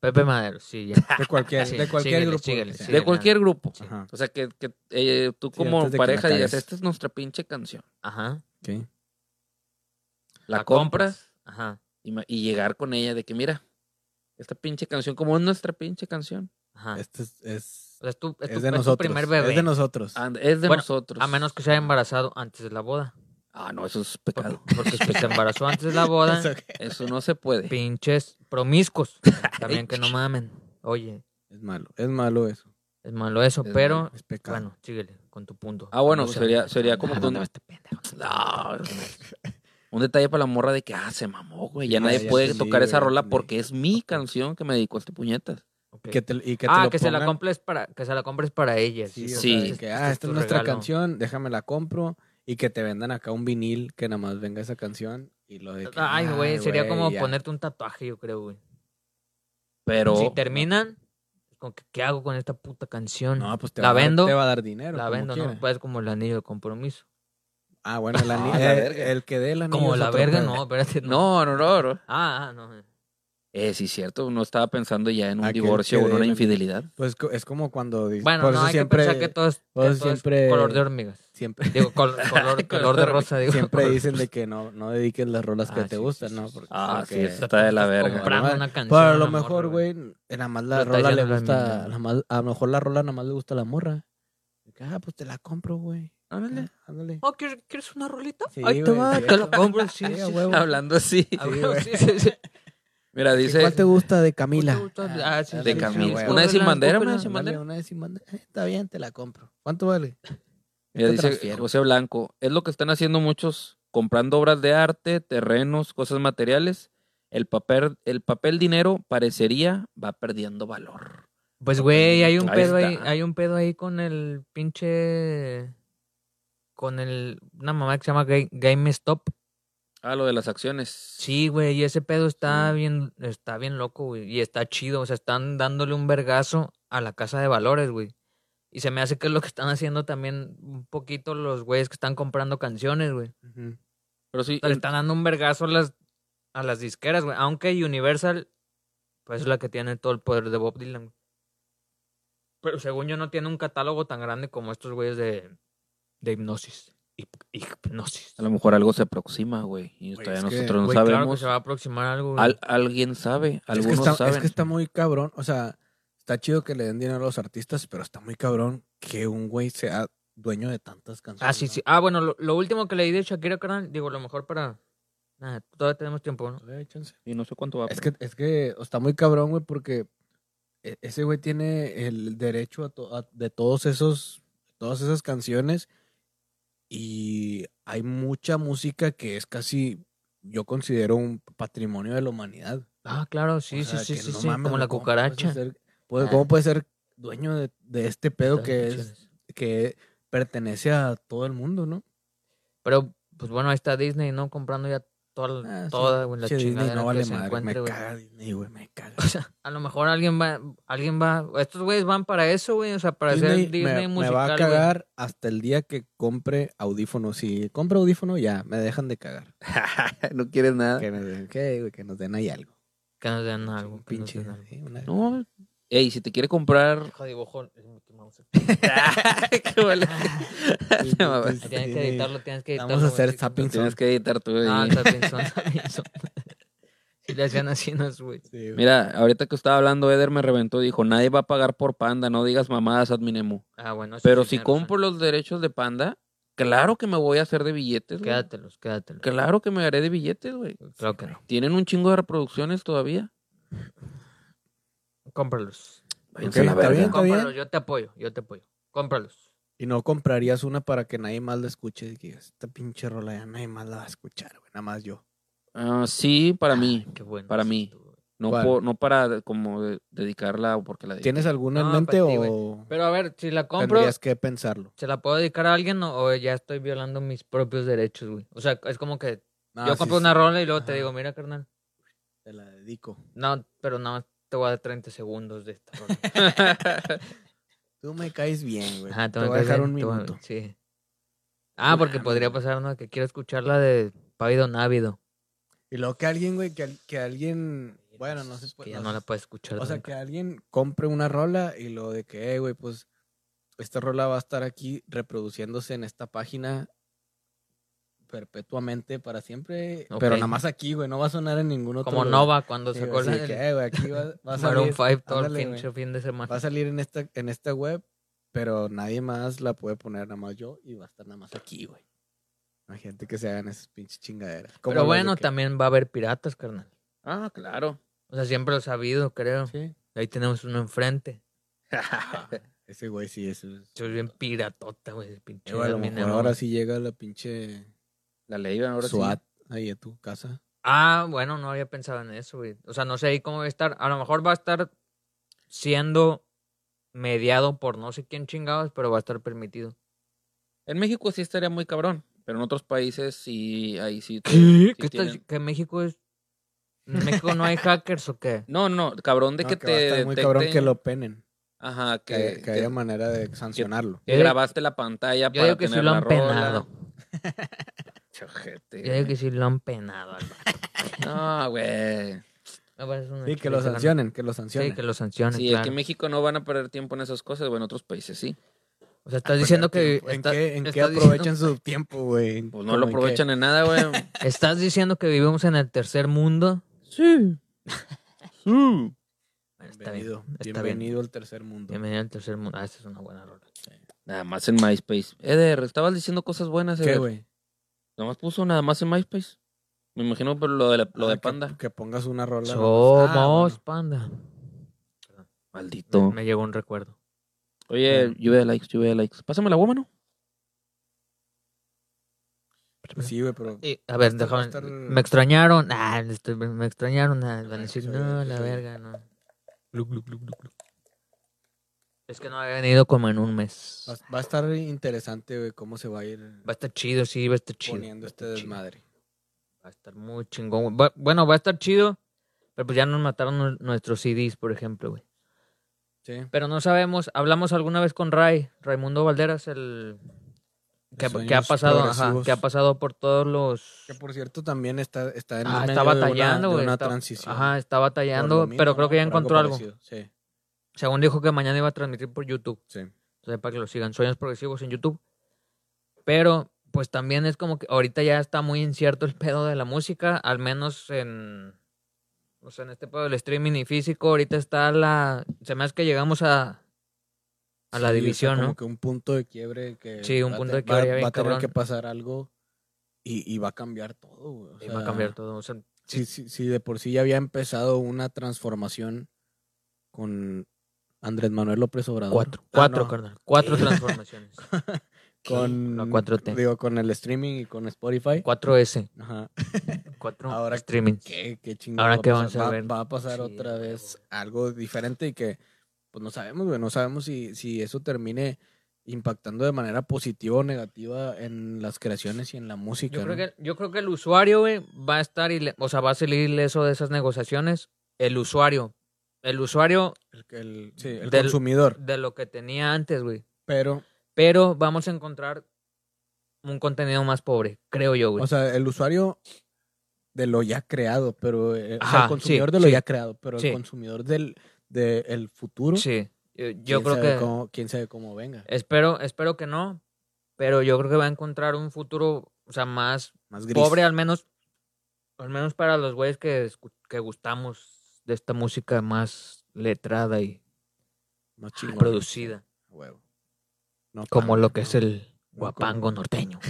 Speaker 2: Pepe Madero, sí, ya.
Speaker 1: De cualquier,
Speaker 2: [laughs] Sí,
Speaker 1: de cualquier
Speaker 2: síguele,
Speaker 1: grupo.
Speaker 2: síguele,
Speaker 1: que sea.
Speaker 2: sí.
Speaker 3: de cualquier grupo.
Speaker 1: Ajá,
Speaker 3: O sea, que, que, eh, tú
Speaker 1: Sí,
Speaker 3: como
Speaker 1: antes de que la
Speaker 3: pareja digas,
Speaker 1: cagues.
Speaker 3: esta es nuestra pinche canción.
Speaker 2: Ajá.
Speaker 1: ok.
Speaker 3: La,
Speaker 2: La
Speaker 3: compras
Speaker 2: compras. Ajá.
Speaker 3: y, ma- y llegar con ella de que, mira, esta pinche canción, como es nuestra pinche canción,
Speaker 2: Ajá.
Speaker 1: Este es, es,
Speaker 2: O sea, Ah. es tu, es
Speaker 1: es
Speaker 2: tu-
Speaker 1: de
Speaker 2: es tu
Speaker 1: nosotros.
Speaker 2: primer bebé. Ah,
Speaker 1: Es de nosotros.
Speaker 3: and- es de
Speaker 2: Bueno,
Speaker 3: nosotros.
Speaker 2: a menos que se haya embarazado antes de la boda.
Speaker 3: Ah, no, eso
Speaker 1: [laughs]
Speaker 3: es pecado.
Speaker 2: Porque si se embarazó antes de la boda,
Speaker 1: Es ok.
Speaker 3: Eso no se puede.
Speaker 2: pinches promiscuos. También que no mamen. Oye,
Speaker 1: [laughs] Es malo, es malo eso.
Speaker 2: es malo eso,
Speaker 3: Es
Speaker 2: pero
Speaker 1: Es pecado.
Speaker 2: bueno, síguele con tu punto.
Speaker 3: Ah, bueno,
Speaker 2: No sé.
Speaker 3: sería, sería como
Speaker 2: Ah,
Speaker 3: que un,
Speaker 2: no, este pendejo.
Speaker 1: [laughs]
Speaker 3: No, eso no es. un detalle para la morra de que, ah, se mamó, güey.
Speaker 1: Ya,
Speaker 3: Ya nadie
Speaker 1: ya
Speaker 3: puede
Speaker 1: entendí,
Speaker 3: tocar esa
Speaker 1: güey, ya
Speaker 3: rola
Speaker 1: entendí.
Speaker 3: porque es mi canción que me dedicó este puñetas.
Speaker 2: Ok.
Speaker 1: Y que te- y que te
Speaker 2: ah,
Speaker 1: lo
Speaker 2: que se la
Speaker 1: pongan-
Speaker 2: compres para que se la compres para ella.
Speaker 1: Sí,
Speaker 2: sí,
Speaker 1: o
Speaker 3: sí.
Speaker 1: sea, de
Speaker 2: este-
Speaker 1: que,
Speaker 2: este
Speaker 1: ah, esta
Speaker 2: tu
Speaker 1: es nuestra
Speaker 2: regalo.
Speaker 1: canción, déjame la compro. Y que te vendan acá un vinil que nada más venga esa canción y lo de que, "Ah,
Speaker 2: Ay, güey, sería como
Speaker 1: ya".
Speaker 2: ponerte un tatuaje, yo creo, güey.
Speaker 3: Pero.
Speaker 2: Si terminan, con que, ¿qué hago con esta puta canción?
Speaker 1: No, pues te,
Speaker 2: La
Speaker 1: va, a dar-
Speaker 2: vendo,
Speaker 1: te va a dar dinero.
Speaker 2: la
Speaker 1: como
Speaker 2: vendo,
Speaker 1: quiera.
Speaker 2: ¿no? Pues como el anillo de compromiso.
Speaker 1: Ah, bueno, [laughs] el, ani-
Speaker 3: Ah, la
Speaker 1: eh,
Speaker 3: verga.
Speaker 1: el que dé el anillo.
Speaker 2: Como
Speaker 1: es
Speaker 2: la
Speaker 1: otro
Speaker 2: verga,
Speaker 1: pedo.
Speaker 2: no, espérate. No.
Speaker 3: No, no, no, no.
Speaker 2: Ah, ah, no.
Speaker 3: Eh, sí, cierto. Uno estaba pensando ya en un
Speaker 1: Aquel
Speaker 3: divorcio
Speaker 1: que
Speaker 3: o en una
Speaker 1: de-
Speaker 3: infidelidad.
Speaker 1: Pues co- es como cuando dices.
Speaker 2: Bueno,
Speaker 1: por
Speaker 2: no,
Speaker 1: eso
Speaker 2: hay
Speaker 1: siempre,
Speaker 2: que pensar que todo es, que
Speaker 1: por eso
Speaker 2: todo es
Speaker 1: siempre-
Speaker 2: color de hormigas.
Speaker 1: siempre,
Speaker 2: Digo,
Speaker 3: [laughs]
Speaker 2: col- color, color de
Speaker 3: este
Speaker 2: rosa, [laughs] digo.
Speaker 1: siempre dicen de que no, no dediques las rolas que
Speaker 2: Ah,
Speaker 1: te
Speaker 2: sí, sí,
Speaker 1: gustan,
Speaker 2: sí,
Speaker 1: ¿no?
Speaker 2: sí,
Speaker 1: Porque-
Speaker 3: Ah, sí,
Speaker 1: porque-
Speaker 3: eso está de la verga.
Speaker 1: comprar-
Speaker 2: Comprando
Speaker 1: Bueno,
Speaker 2: una canción.
Speaker 1: Pero a lo
Speaker 2: una
Speaker 1: mejor,
Speaker 2: morra,
Speaker 1: güey, eh, nada más
Speaker 2: Lo
Speaker 1: la
Speaker 2: está
Speaker 1: rola le
Speaker 2: llenando de
Speaker 1: gusta,
Speaker 2: mierda.
Speaker 1: nada más- a lo mejor la rola nada más le gusta a la morra. De que, Ah, pues te la compro, güey.
Speaker 3: Ándale.
Speaker 1: Ah, Ándale.
Speaker 2: Oh, ¿quieres, quieres una rolita?
Speaker 1: Sí,
Speaker 2: Ahí te
Speaker 1: güey,
Speaker 2: va,
Speaker 1: sí,
Speaker 2: te la
Speaker 1: eso.
Speaker 2: [laughs] compro,
Speaker 1: Sí,
Speaker 2: sí, sí,
Speaker 1: a
Speaker 2: sí.
Speaker 1: huevo.
Speaker 3: [laughs] Hablando así.
Speaker 2: Ah, güey,
Speaker 1: Sí,
Speaker 2: Ah, sí, sí, sí.
Speaker 3: [laughs] Mira, dice.
Speaker 1: ¿Cuál te gusta de Camila?
Speaker 2: ¿Cuál te gusta? Ah, sí,
Speaker 3: De
Speaker 2: sí,
Speaker 3: Camila.
Speaker 2: sí,
Speaker 3: Una
Speaker 2: cómprala,
Speaker 3: de sin bandera, una de
Speaker 2: cómprala.
Speaker 3: sin
Speaker 1: Ándale, una de sin bandera. Eh, [laughs] Está bien, te la compro. ¿Cuánto vale?
Speaker 3: Mira,
Speaker 1: Te
Speaker 3: dice
Speaker 1: transfiero.
Speaker 3: José Blanco, es lo que están haciendo muchos, comprando obras de arte, terrenos, cosas materiales. El papel, el papel dinero parecería va perdiendo valor.
Speaker 2: Pues, güey, hay un
Speaker 3: Ahí
Speaker 2: pedo ahí,
Speaker 3: está.
Speaker 2: hay un pedo ahí con el pinche, con el, una mamá que se llama Ga- GameStop.
Speaker 3: Ah, lo de las acciones.
Speaker 2: Sí, güey, y ese pedo está
Speaker 3: Sí.
Speaker 2: bien, está bien loco, güey, y está chido, o sea, están dándole un vergazo a la casa de valores, güey. Y se me hace que es lo que están haciendo también un poquito los güeyes que están comprando canciones, güey.
Speaker 3: Pero sí,
Speaker 2: Le están dando un vergazo a las, a las disqueras, güey. Aunque Universal, pues es la que tiene todo el poder de Bob Dylan. güey. Pero según yo no tiene un catálogo tan grande como estos güeyes de, de hipnosis. Hip- hipnosis.
Speaker 3: A lo mejor algo se aproxima, güey. Y todavía
Speaker 1: es que,
Speaker 3: nosotros no
Speaker 2: Güey, claro que
Speaker 3: sabemos.
Speaker 2: se va a aproximar algo. güey.
Speaker 3: Al- alguien sabe,
Speaker 1: Es
Speaker 3: algunos
Speaker 1: que, está, es
Speaker 3: saben.
Speaker 1: que está muy cabrón. O sea, está chido que le den dinero a los artistas, pero está muy cabrón que un güey sea dueño de tantas canciones.
Speaker 2: Ah, sí,
Speaker 1: ¿no?
Speaker 2: sí. Ah, bueno, lo, lo último que leí de Shakira, carnal, digo, lo mejor para... Nada, todavía tenemos tiempo, ¿no?
Speaker 1: Todavía hay chance.
Speaker 3: Y no sé cuánto va.
Speaker 1: Es
Speaker 3: pero-
Speaker 1: que, es que está muy cabrón, güey, porque e- ese güey tiene el derecho a to- a- de todos esos, todas esas canciones y hay mucha música que es casi yo considero un patrimonio de la humanidad.
Speaker 2: Ah, claro, sí,
Speaker 1: O sea,
Speaker 2: sí, sí,
Speaker 1: que
Speaker 2: sí,
Speaker 1: no
Speaker 2: sí,
Speaker 1: mames,
Speaker 2: como la
Speaker 1: ¿cómo puedes
Speaker 2: cucaracha.
Speaker 1: ser- puede-
Speaker 2: Ah.
Speaker 1: ¿Cómo puede ser dueño de, de este pedo
Speaker 2: Estas
Speaker 1: que es
Speaker 2: infecciones.
Speaker 1: que pertenece a todo el mundo, ¿no?
Speaker 2: Pero, pues bueno, ahí está Disney, ¿no? Comprando ya toda,
Speaker 1: Ah, sí.
Speaker 2: toda güey, la
Speaker 1: Sí, Disney
Speaker 2: chingadera
Speaker 1: no vale
Speaker 2: que se
Speaker 1: madre,
Speaker 2: encuentre,
Speaker 1: me
Speaker 2: güey.
Speaker 1: caga Disney, güey, me caga.
Speaker 2: [laughs] O sea, a lo mejor alguien va, alguien va, estos güeyes van para eso, güey, o sea, para hacer
Speaker 1: Disney
Speaker 2: Disney
Speaker 1: me, me
Speaker 2: musical,
Speaker 1: va a
Speaker 2: güey.
Speaker 1: cagar hasta el día que compre audífono. Si compro audífono, ya, me dejan de cagar.
Speaker 3: no quieres
Speaker 2: Ah.
Speaker 3: nada.
Speaker 1: Que nos den, que, güey, que nos den ahí algo.
Speaker 2: Que nos den
Speaker 1: Sí,
Speaker 2: algo,
Speaker 1: un
Speaker 2: Ah, que nos
Speaker 1: pinche.
Speaker 2: den algo.
Speaker 1: sí,
Speaker 2: [laughs]
Speaker 1: una-
Speaker 3: No. Ey, si te
Speaker 1: [laughs]
Speaker 3: quiere comprar. [laughs]
Speaker 2: Deja dibujo el Mickey Mouse.
Speaker 3: Qué vale.
Speaker 2: [laughs]
Speaker 1: Sí,
Speaker 3: No,
Speaker 1: sí, sí,
Speaker 2: Tienes
Speaker 1: sí.
Speaker 2: que editarlo, tienes que editarlo.
Speaker 1: Vamos a
Speaker 2: güey,
Speaker 1: hacer
Speaker 2: así como-
Speaker 1: zapping.
Speaker 3: Tienes que editar tú. ahí.
Speaker 2: Ah, zapping son, zapping son. [laughs] Si le hacían así, no es, güey.
Speaker 1: Sí, güey.
Speaker 3: Mira, ahorita que estaba hablando, Eder me reventó. Dijo: Nadie va a pagar por panda. No digas mamadas, adminemo.
Speaker 2: Ah, bueno. eso
Speaker 3: Pero
Speaker 2: sí
Speaker 3: si
Speaker 2: tiene razón.
Speaker 3: compro los derechos de panda, claro que me voy a hacer de billetes. güey.
Speaker 2: Quédatelos, quédatelos.
Speaker 3: Claro que me haré de billetes, güey.
Speaker 2: Claro que no.
Speaker 3: Tienen un chingo de reproducciones todavía.
Speaker 2: Cómpralos.
Speaker 3: Váyanse
Speaker 1: Ok,
Speaker 3: a la
Speaker 1: está
Speaker 3: verga.
Speaker 1: bien.
Speaker 2: Cómpralos, yo te apoyo, yo te apoyo. Cómpralos.
Speaker 1: Y no comprarías una para que nadie más la escuche. Y que digas, esta pinche rola ya nadie más la va a escuchar, güey, nada más yo.
Speaker 3: Ah, sí, para mí.
Speaker 2: Ay, Qué bueno.
Speaker 3: para
Speaker 2: es
Speaker 3: mí.
Speaker 2: tú, güey.
Speaker 3: No,
Speaker 1: ¿Cuál?
Speaker 3: por- no para de- como de- dedicarla o porque la dediqué.
Speaker 1: ¿Tienes alguna
Speaker 2: No,
Speaker 1: en mente
Speaker 2: para ti, güey.
Speaker 1: o
Speaker 2: Pero a ver, si la compro,
Speaker 1: tendrías que pensarlo?
Speaker 2: ¿se la puedo dedicar a alguien o, o ya estoy violando mis propios derechos, güey? O sea, es como que
Speaker 1: No,
Speaker 2: yo
Speaker 1: Ah, sí,
Speaker 2: compro
Speaker 1: sí,
Speaker 2: una rola y luego te
Speaker 1: Ajá.
Speaker 2: digo, mira, carnal.
Speaker 1: Te la dedico.
Speaker 2: No, pero nada más te voy a dar 30 segundos de esta
Speaker 1: [laughs]
Speaker 2: rola.
Speaker 1: Tú me caes bien, güey.
Speaker 2: Ajá,
Speaker 1: te voy a dejar un minuto.
Speaker 2: Sí. Ah,
Speaker 1: No
Speaker 2: porque podría
Speaker 1: mames.
Speaker 2: pasar, ¿no? Que quiero escuchar la de Pavido Návido.
Speaker 1: Y luego que alguien, güey, que, al- que alguien... Bueno, no se
Speaker 2: Que
Speaker 1: puede...
Speaker 2: ya
Speaker 1: Pues no
Speaker 2: no
Speaker 1: se-
Speaker 2: la puedes escuchar.
Speaker 1: o sea,
Speaker 2: nunca.
Speaker 1: que alguien compre una rola y lo de que, eh, güey, pues esta rola va a estar aquí reproduciéndose en esta página perpetuamente para siempre.
Speaker 2: Ok.
Speaker 1: Pero nada más aquí, güey, no va a sonar en ningún otro
Speaker 2: Como
Speaker 1: lugar.
Speaker 2: Nova cuando
Speaker 1: Sí,
Speaker 2: sacó
Speaker 1: así
Speaker 2: la
Speaker 1: de que, eh, güey, aquí
Speaker 2: [laughs]
Speaker 1: va, va a
Speaker 2: Maroon
Speaker 1: salir,
Speaker 2: 5 todo el
Speaker 1: ándale,
Speaker 2: pinche
Speaker 1: güey.
Speaker 2: fin de semana.
Speaker 1: va a salir en esta, en esta web, pero nadie más la puede poner, nada más yo, y va a estar nada más aquí, güey. Hay gente que se hagan esas pinches chingaderas. Como
Speaker 2: Pero
Speaker 1: lo de
Speaker 2: bueno,
Speaker 1: que-
Speaker 2: también va a haber piratas, carnal.
Speaker 3: ah, claro.
Speaker 2: O sea, siempre lo he sabido, creo.
Speaker 1: Sí.
Speaker 2: Ahí tenemos uno enfrente.
Speaker 1: Ese güey sí, eso es.
Speaker 2: Soy bien piratota, güey. ese Pinche
Speaker 1: Eh, güey, a lo
Speaker 2: Edwin
Speaker 1: mejor
Speaker 2: Nemo.
Speaker 1: ahora sí llega la pinche
Speaker 3: La ley, ahora
Speaker 1: SWAT ahí a tu casa.
Speaker 2: Ah, bueno, no había pensado en eso, güey. O sea, no sé ahí cómo va a estar. A lo mejor va a estar siendo mediado por no sé quién chingados, pero va a estar permitido.
Speaker 3: sí. En México sí estaría muy cabrón, pero en otros países sí, ahí sí. te- sí
Speaker 2: ¿Qué estás-
Speaker 3: tienen-
Speaker 2: ¿Que México es... ¿En México no hay hackers
Speaker 1: [laughs]
Speaker 2: o qué?
Speaker 3: No, no, cabrón de
Speaker 1: No,
Speaker 3: que,
Speaker 1: que
Speaker 3: te
Speaker 1: va a estar muy cabrón que
Speaker 3: detecten-
Speaker 1: lo penen.
Speaker 3: Ajá,
Speaker 1: Que,
Speaker 3: que,
Speaker 1: que
Speaker 3: que-
Speaker 1: haya manera de sancionarlo.
Speaker 3: que
Speaker 2: Yo digo-
Speaker 3: grabaste la pantalla
Speaker 2: Yo
Speaker 3: para
Speaker 2: digo que
Speaker 3: tener
Speaker 2: sí lo
Speaker 3: la
Speaker 2: han
Speaker 3: rola.
Speaker 2: penado.
Speaker 3: Chojete.
Speaker 2: Yo digo que sí lo han penado. al vato.
Speaker 3: No, güey.
Speaker 2: Me parece una
Speaker 1: Sí, que lo
Speaker 2: chuleza, carnal.
Speaker 1: sancionen, que lo sancionen.
Speaker 2: Sí, que lo sancionen.
Speaker 3: Sí,
Speaker 2: claro.
Speaker 3: aquí en México no van a perder tiempo en esas cosas, bueno, en otros países sí.
Speaker 2: O sea, estás diciendo que.
Speaker 1: ¿En
Speaker 2: está-
Speaker 1: qué, en qué
Speaker 2: estás
Speaker 1: aprovechan su tiempo, güey?
Speaker 3: Pues no lo
Speaker 1: ¿En qué?
Speaker 3: aprovechan en nada,
Speaker 1: [laughs]
Speaker 3: güey.
Speaker 2: diciendo- [laughs] estás diciendo que vivimos en el tercer mundo.
Speaker 3: Sí. Sí.
Speaker 2: Bueno, está
Speaker 1: Bienvenido.
Speaker 2: bien. Está bien.
Speaker 1: bienvenido al tercer mundo.
Speaker 2: Bienvenido al tercer mundo. Ah, esta es una buena rola.
Speaker 3: [laughs] Nada más en MySpace. Eder, estabas diciendo cosas buenas,
Speaker 1: ¿Qué,
Speaker 3: Eder.
Speaker 1: güey?
Speaker 3: Nada más puso nada más en MySpace. Me imagino pero lo de, la- lo
Speaker 1: Ah,
Speaker 3: de
Speaker 1: que-
Speaker 3: panda.
Speaker 1: Que, pongas una rola.
Speaker 2: Somos
Speaker 1: Ah, bueno.
Speaker 2: panda.
Speaker 3: Maldito.
Speaker 2: Me llegó un recuerdo.
Speaker 3: Oye, lluvia de likes, lluvia de likes. Pásame la goma, ¿no?
Speaker 1: Pues sí, güey, pero.
Speaker 2: Y, a ver,
Speaker 1: Esto va a
Speaker 2: déjame.
Speaker 1: estar-
Speaker 2: Me extrañaron. Ah, estoy- me extrañaron. Ah, van a decir,
Speaker 1: soy-
Speaker 2: no,
Speaker 1: yo
Speaker 2: la
Speaker 1: soy-
Speaker 2: verga, no. Es que no había venido como en un mes.
Speaker 1: Va, va a estar interesante, güey, cómo se va a ir
Speaker 2: Va a estar chido, sí, va a estar chido.
Speaker 1: poniendo
Speaker 2: va a
Speaker 1: este
Speaker 2: estar chido.
Speaker 1: desmadre.
Speaker 2: Va a estar muy chingón. güey. Va- bueno, va a estar chido, pero pues ya nos mataron nu- nuestros CDs, por ejemplo, güey.
Speaker 1: Sí.
Speaker 2: Pero no sabemos, hablamos alguna vez con Ray, Raimundo Valderas, el que,
Speaker 1: Sueños
Speaker 2: que ha pasado, ajá,
Speaker 1: progresivos.
Speaker 2: que ha pasado por todos los
Speaker 1: Que por cierto también está, está en
Speaker 2: Ah,
Speaker 1: medio
Speaker 2: está batallando,
Speaker 1: de una, de
Speaker 2: güey,
Speaker 1: una
Speaker 2: está-
Speaker 1: transición.
Speaker 2: ajá, está
Speaker 1: por lo
Speaker 2: batallando,
Speaker 1: mismo,
Speaker 2: pero creo
Speaker 1: ¿no?
Speaker 2: que ya
Speaker 1: Por
Speaker 2: encontró algo.
Speaker 1: parecido, Sí,
Speaker 2: Según dijo que mañana iba a transmitir por YouTube.
Speaker 1: sí.
Speaker 2: Entonces, para que lo sigan, Sueños Progresivos en YouTube. Pero, pues también es como que ahorita ya está muy incierto el [laughs] pedo de la música, al menos en. O sea, en este pedo del streaming y físico, ahorita está la. Se me hace que llegamos a. A
Speaker 1: Sí, o
Speaker 2: la
Speaker 1: sea,
Speaker 2: división,
Speaker 1: como
Speaker 2: ¿no?
Speaker 1: que un punto de quiebre que.
Speaker 2: Sí, un
Speaker 1: va a
Speaker 2: punto
Speaker 1: te-
Speaker 2: de quiebre
Speaker 1: va-
Speaker 2: ya
Speaker 1: Va,
Speaker 2: bien
Speaker 1: a tener
Speaker 2: cabrón.
Speaker 1: que pasar algo y, y va a cambiar todo, güey. o
Speaker 2: Y va a
Speaker 1: sea,
Speaker 2: cambiar todo. O sea,
Speaker 1: si, si, si de por sí ya había empezado una transformación con Andrés Manuel López Obrador.
Speaker 2: cuatro.
Speaker 1: Ah,
Speaker 2: Cuatro,
Speaker 1: no, [laughs]
Speaker 2: carnal. Cuatro transformaciones.
Speaker 1: con
Speaker 2: La 4T.
Speaker 1: Digo, con el streaming y con Spotify.
Speaker 2: 4S.
Speaker 1: Ajá.
Speaker 2: 4
Speaker 1: Ahora,
Speaker 2: streaming.
Speaker 1: ¿Qué, qué chingón
Speaker 2: Ahora
Speaker 1: va
Speaker 2: qué
Speaker 1: pasar?
Speaker 2: vamos a
Speaker 1: Va-
Speaker 2: ver.
Speaker 1: Va a pasar
Speaker 2: Sí,
Speaker 1: otra
Speaker 2: a
Speaker 1: vez algo diferente y que, pues no sabemos, güey. No sabemos si, si eso termine impactando de manera positiva o negativa en las creaciones y en la música.
Speaker 2: Yo
Speaker 1: ¿no?
Speaker 2: creo, que, yo creo que el usuario, güey, va a estar, ile- o sea, va a salir ileso de esas negociaciones. El usuario. El usuario
Speaker 1: El, el- sí, el
Speaker 2: del-
Speaker 1: consumidor.
Speaker 2: de lo que tenía antes, güey.
Speaker 1: Pero,
Speaker 2: Pero vamos a encontrar un contenido más pobre, creo yo, güey.
Speaker 1: o sea, el usuario de lo ya creado, pero eh, o sea,
Speaker 2: Ajá,
Speaker 1: el consumidor
Speaker 2: sí,
Speaker 1: de lo
Speaker 2: sí.
Speaker 1: ya creado, pero
Speaker 2: Sí.
Speaker 1: el consumidor del de el futuro.
Speaker 2: sí. Yo, yo
Speaker 1: quién
Speaker 2: creo
Speaker 1: sabe
Speaker 2: que.
Speaker 1: cómo- quién sabe cómo venga.
Speaker 2: Espero, espero que no. Pero yo creo que va a encontrar un futuro, o sea, más
Speaker 1: Más gris.
Speaker 2: pobre, al menos. Al menos para los güeyes que, escu- que gustamos de esta música más letrada y
Speaker 1: más chingón.
Speaker 2: producida.
Speaker 1: Huevo. No,
Speaker 2: Como
Speaker 1: pan,
Speaker 2: lo que es
Speaker 1: no.
Speaker 2: el guapango norteño.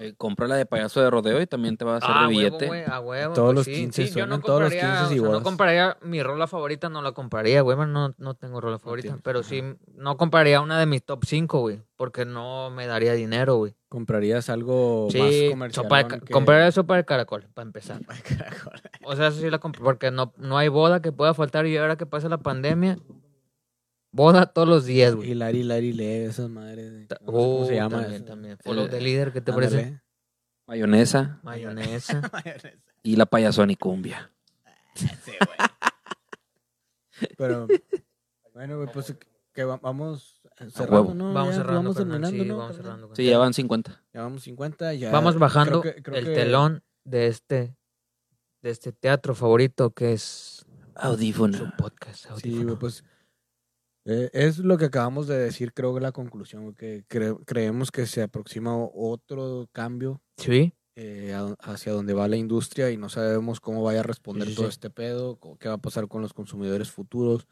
Speaker 3: Eh, compra la de payaso de rodeo y también te va a hacer de billete.
Speaker 2: güey, a Ah, huevo.
Speaker 1: Todos
Speaker 2: pues
Speaker 1: los
Speaker 2: sí,
Speaker 1: 15
Speaker 2: sí, yo no
Speaker 1: suenan, todos los
Speaker 2: compraría,
Speaker 1: 15
Speaker 2: o sea,
Speaker 1: iguales.
Speaker 2: no compraría mi rola favorita, no la compraría, güey, no, no tengo rola favorita,
Speaker 1: tienes,
Speaker 2: pero
Speaker 1: ajá.
Speaker 2: sí, no compraría una de mis top 5, güey, porque no me daría dinero, güey.
Speaker 1: Comprarías algo más
Speaker 2: Sí,
Speaker 1: comercial.
Speaker 2: sopa de ca- compraría sopa de caracol, para empezar.
Speaker 1: caracol.
Speaker 2: O sea, eso sí la compro, porque no, no hay boda que pueda faltar y ahora que pasa la pandemia, boda todos los días, güey.
Speaker 1: Y Lari, Lari, lee esas madres. de- no sé
Speaker 2: Uh,
Speaker 1: ¿Cómo se llama?
Speaker 2: también,
Speaker 1: eso.
Speaker 2: también. Follow
Speaker 3: Eh,
Speaker 2: the leader, ¿qué te
Speaker 1: Ándale.
Speaker 2: parece?
Speaker 3: Mayonesa
Speaker 1: [laughs]
Speaker 2: Mayonesa. [laughs]
Speaker 3: y la payasonicumbia.
Speaker 1: [laughs] Pero, bueno, güey, pues que va- vamos
Speaker 3: huevo.
Speaker 1: cerrando, ¿no?
Speaker 2: Vamos
Speaker 1: Ya, pues,
Speaker 2: cerrando,
Speaker 1: Vamos
Speaker 2: Fernán,
Speaker 1: terminando,
Speaker 2: sí,
Speaker 1: ¿no?
Speaker 2: vamos
Speaker 1: Carnal?
Speaker 2: cerrando.
Speaker 3: Sí, ya van 50.
Speaker 1: Ya vamos 50, ya.
Speaker 2: Vamos bajando
Speaker 1: creo que- creo
Speaker 2: el
Speaker 1: que-
Speaker 2: telón de este de este teatro favorito que es su
Speaker 3: Audífono.
Speaker 2: podcast.
Speaker 1: Sí,
Speaker 2: Audífono.
Speaker 1: güey, pues eh, es lo que acabamos de decir, creo que la conclusión, güey, que cre- creemos que se aproxima otro cambio
Speaker 2: Sí,
Speaker 1: eh, a- hacia donde va la industria y no sabemos cómo vaya a responder
Speaker 2: Sí, sí,
Speaker 1: todo
Speaker 2: sí.
Speaker 1: este pedo, co- qué va a pasar con los consumidores futuros.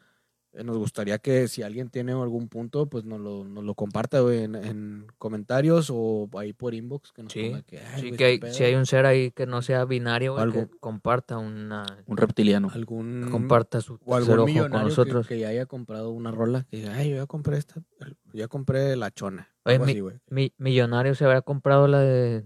Speaker 1: Eh, nos gustaría que si alguien tiene algún punto, pues nos lo, nos lo comparta güey, en, en comentarios o ahí por inbox. Que nos
Speaker 2: Sí,
Speaker 1: ponga que, "Ay,
Speaker 2: sí
Speaker 1: güey, este
Speaker 2: que hay,
Speaker 1: pedo".
Speaker 2: si hay un ser ahí que no sea binario, güey, que
Speaker 1: Algo.
Speaker 2: comparta una
Speaker 3: Un reptiliano.
Speaker 1: algún,
Speaker 2: comparta su
Speaker 1: o
Speaker 2: tercer
Speaker 1: algún
Speaker 2: ojo con
Speaker 1: millonario que-
Speaker 2: nosotros.
Speaker 1: Que, ya haya comprado una rola, que diga, ay, yo ya compré esta, yo ya compré la chona.
Speaker 2: Oye,
Speaker 1: algo
Speaker 2: mi-
Speaker 1: así, güey.
Speaker 2: Mi- millonario se habrá comprado la de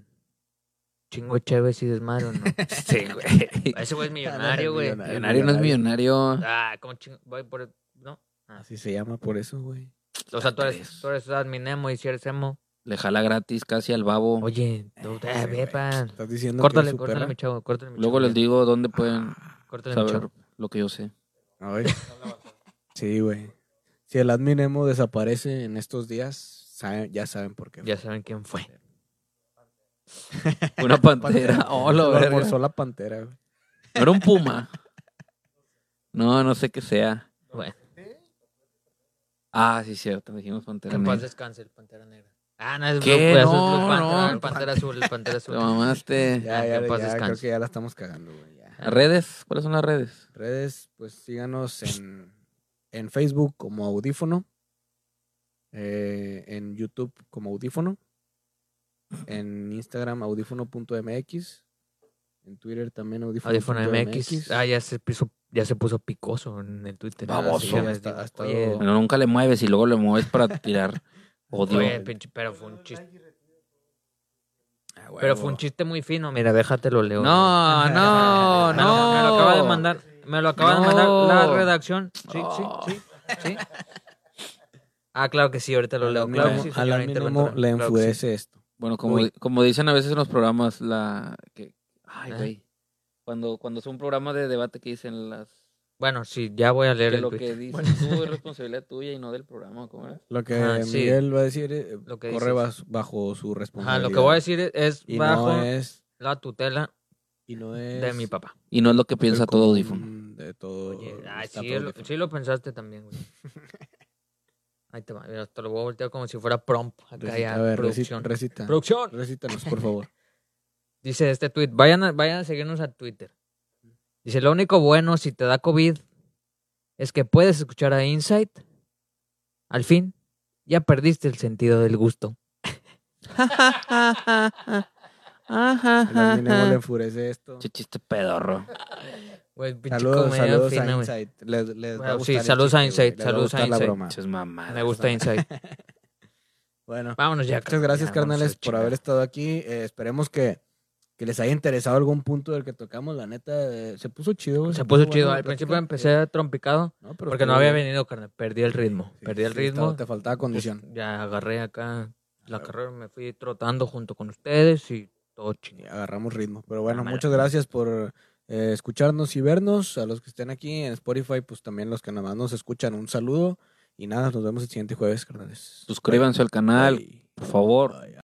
Speaker 2: chingo Chévez y desmadre,
Speaker 1: [laughs]
Speaker 2: ¿o ¿no?
Speaker 3: Sí, [laughs] güey.
Speaker 2: Ese güey es millonario, güey.
Speaker 1: Ah, Millonario.
Speaker 3: Millonario no es millonario.
Speaker 2: Ah, como chingo, voy por no.
Speaker 1: Así se llama por eso, güey.
Speaker 2: O sea, tú eres,
Speaker 3: Tres.
Speaker 2: tú eres admin emo y si eres emo.
Speaker 3: Le jala gratis casi al babo.
Speaker 2: Oye, tú,
Speaker 1: Eh,
Speaker 2: eh,
Speaker 1: güey,
Speaker 2: vepa.
Speaker 1: Estás diciendo que
Speaker 2: Córtale,
Speaker 1: su
Speaker 2: córtale,
Speaker 1: perra-
Speaker 2: mi chavo, córtale, mi
Speaker 3: Luego
Speaker 2: chavo,
Speaker 3: les
Speaker 2: ya.
Speaker 3: digo dónde pueden
Speaker 2: Ah, Córtale, mi
Speaker 3: saber
Speaker 2: chavo.
Speaker 3: lo que
Speaker 2: [laughs]
Speaker 3: yo sé.
Speaker 1: Ay. Sí, güey. Si el admin emo desaparece en estos días, saben- ya saben por qué.
Speaker 2: Ya saben quién fue.
Speaker 3: Una pantera. [laughs] Oh, la
Speaker 1: Lo
Speaker 3: verga.
Speaker 1: almorzó la pantera, güey.
Speaker 3: No era un puma. No, no sé qué sea.
Speaker 2: Bueno,
Speaker 3: Ah, sí, cierto. Dijimos
Speaker 2: que
Speaker 3: pantera.
Speaker 2: en paz
Speaker 3: negra.
Speaker 2: descanse el Pantera Negra. Ah, no, es
Speaker 3: ¿Qué?
Speaker 2: Blue, pues, es
Speaker 3: No,
Speaker 2: Blue Panther,
Speaker 3: no,
Speaker 2: el Pantera Azul, el Pantera
Speaker 3: Te
Speaker 2: Azul.
Speaker 3: mamaste.
Speaker 1: Ya,
Speaker 2: que
Speaker 1: ya,
Speaker 2: en paz
Speaker 1: ya, creo
Speaker 2: descanse.
Speaker 1: que ya la estamos cagando, güey. ya.
Speaker 3: ¿Redes? ¿Cuáles son las redes?
Speaker 1: Redes, pues síganos en, en Facebook como Audífono, eh, en YouTube como Audífono, en Instagram audífono.mx, en Twitter también
Speaker 2: Audífono
Speaker 1: audífono.mx.
Speaker 2: MX. Ah, ya se puso, ya se puso picoso en el Twitter. Ah,
Speaker 3: Baboso.
Speaker 2: Sí, ya
Speaker 1: Ya
Speaker 2: les
Speaker 1: está-
Speaker 2: digo,
Speaker 1: ha estado-
Speaker 2: Oye,
Speaker 3: Bueno, nunca le mueves y luego le mueves para tirar odio.
Speaker 2: oye, pinche, pero fue un chiste.
Speaker 1: Ah,
Speaker 2: Pero
Speaker 1: huevo.
Speaker 2: fue un chiste muy fino. Mira, déjate lo leo.
Speaker 3: No,
Speaker 2: [laughs] Me lo-
Speaker 3: no, no.
Speaker 2: Me lo acaba de mandar. Me lo acaba de mandar
Speaker 3: No.
Speaker 2: la redacción. Sí,
Speaker 3: Oh.
Speaker 2: sí, sí, sí. Ah, claro que sí, ahorita lo leo.
Speaker 1: Al
Speaker 2: Claro que
Speaker 1: mínimo-
Speaker 2: sí,
Speaker 1: al
Speaker 2: señora
Speaker 1: mínimo
Speaker 2: interventora.
Speaker 1: le
Speaker 2: Claro que sí.
Speaker 1: enfurece esto.
Speaker 3: Bueno, como,
Speaker 1: Uy.
Speaker 3: como dicen a veces en los programas, la. que- ay,
Speaker 2: Ah.
Speaker 3: güey. Cuando, cuando es un programa de debate que dicen las.
Speaker 2: Bueno, sí, ya voy a leer
Speaker 3: Que
Speaker 2: el
Speaker 3: lo
Speaker 2: tweet.
Speaker 3: que dices tú es responsabilidad tuya y no del programa, ¿cómo era?
Speaker 1: Lo que
Speaker 2: Ajá, sí.
Speaker 1: Miguel va a decir eh,
Speaker 2: Lo que
Speaker 1: corre bas-
Speaker 2: dices.
Speaker 1: bajo su
Speaker 2: Ajá,
Speaker 1: responsabilidad.
Speaker 2: lo que voy a decir es, es
Speaker 1: Y
Speaker 2: bajo
Speaker 1: no es,
Speaker 2: la tutela
Speaker 1: y no es
Speaker 2: de mi papá.
Speaker 3: Y no es lo que
Speaker 1: el
Speaker 3: piensa todo
Speaker 1: común
Speaker 3: audífono.
Speaker 1: De todo.
Speaker 2: Oye,
Speaker 1: está
Speaker 2: ay, sí,
Speaker 1: todo
Speaker 2: lo,
Speaker 1: audífono.
Speaker 2: sí lo pensaste
Speaker 1: [laughs]
Speaker 2: también, güey. Ahí te va, mira, te lo voy a voltear como si fuera prompt. Acá
Speaker 1: Recita,
Speaker 2: ya,
Speaker 1: a ver, recita,
Speaker 2: producción.
Speaker 1: recita.
Speaker 2: ¡Producción!
Speaker 1: Recítanos, por
Speaker 2: [laughs]
Speaker 1: favor.
Speaker 2: Dice este tweet, vayan a, vayan a seguirnos a Twitter. Dice, lo único bueno si te da COVID es que puedes escuchar a Insight. Al fin, ya perdiste el sentido del gusto.
Speaker 1: El admin emo le enfurece esto.
Speaker 3: Che chiste pedorro.
Speaker 2: Güey, pinche
Speaker 1: Saludos,
Speaker 2: comedia
Speaker 1: saludos
Speaker 2: fina,
Speaker 1: a
Speaker 2: güey.
Speaker 1: Insight. Les, les va a
Speaker 2: Bueno, sí,
Speaker 1: gustar el
Speaker 2: saludos a
Speaker 1: chiste, güey.
Speaker 2: Insight,
Speaker 1: Les va a
Speaker 2: saludos
Speaker 1: gustar
Speaker 2: a
Speaker 1: la
Speaker 2: Ah, Insight.
Speaker 1: broma.
Speaker 3: Muchas mamadas.
Speaker 2: Me gusta Insight.
Speaker 1: Bueno,
Speaker 2: Vámonos ya.
Speaker 1: muchas gracias,
Speaker 2: ya, vámonos a
Speaker 1: carnales, por
Speaker 2: chingar.
Speaker 1: haber estado aquí. Eh, esperemos que, que les haya interesado algún punto del que tocamos. La neta, eh, se puso chido. güey,
Speaker 2: Se puso
Speaker 1: buena
Speaker 2: chido.
Speaker 1: la
Speaker 2: Al
Speaker 1: plática.
Speaker 2: principio
Speaker 1: Eh,
Speaker 2: empecé trompicado
Speaker 1: no, pero
Speaker 2: porque no
Speaker 1: estuvo
Speaker 2: había
Speaker 1: bien.
Speaker 2: venido, carnal. Perdí el ritmo.
Speaker 1: Sí,
Speaker 2: Perdí el
Speaker 1: sí, estaba-
Speaker 2: ritmo.
Speaker 1: te faltaba
Speaker 2: Pues,
Speaker 1: condición. Ah.
Speaker 2: ya agarré acá la carrera, me fui trotando junto con ustedes y todo
Speaker 1: Y
Speaker 2: chingado.
Speaker 1: agarramos ritmo. Pero bueno,
Speaker 2: Mamala.
Speaker 1: muchas gracias por eh, escucharnos y vernos. A los que estén aquí en Spotify, pues también los que nada más nos escuchan, un saludo. Y nada, nos vemos el siguiente jueves, carnales.
Speaker 3: Suscríbanse al canal,
Speaker 1: Bye.
Speaker 3: por favor.
Speaker 1: Bye.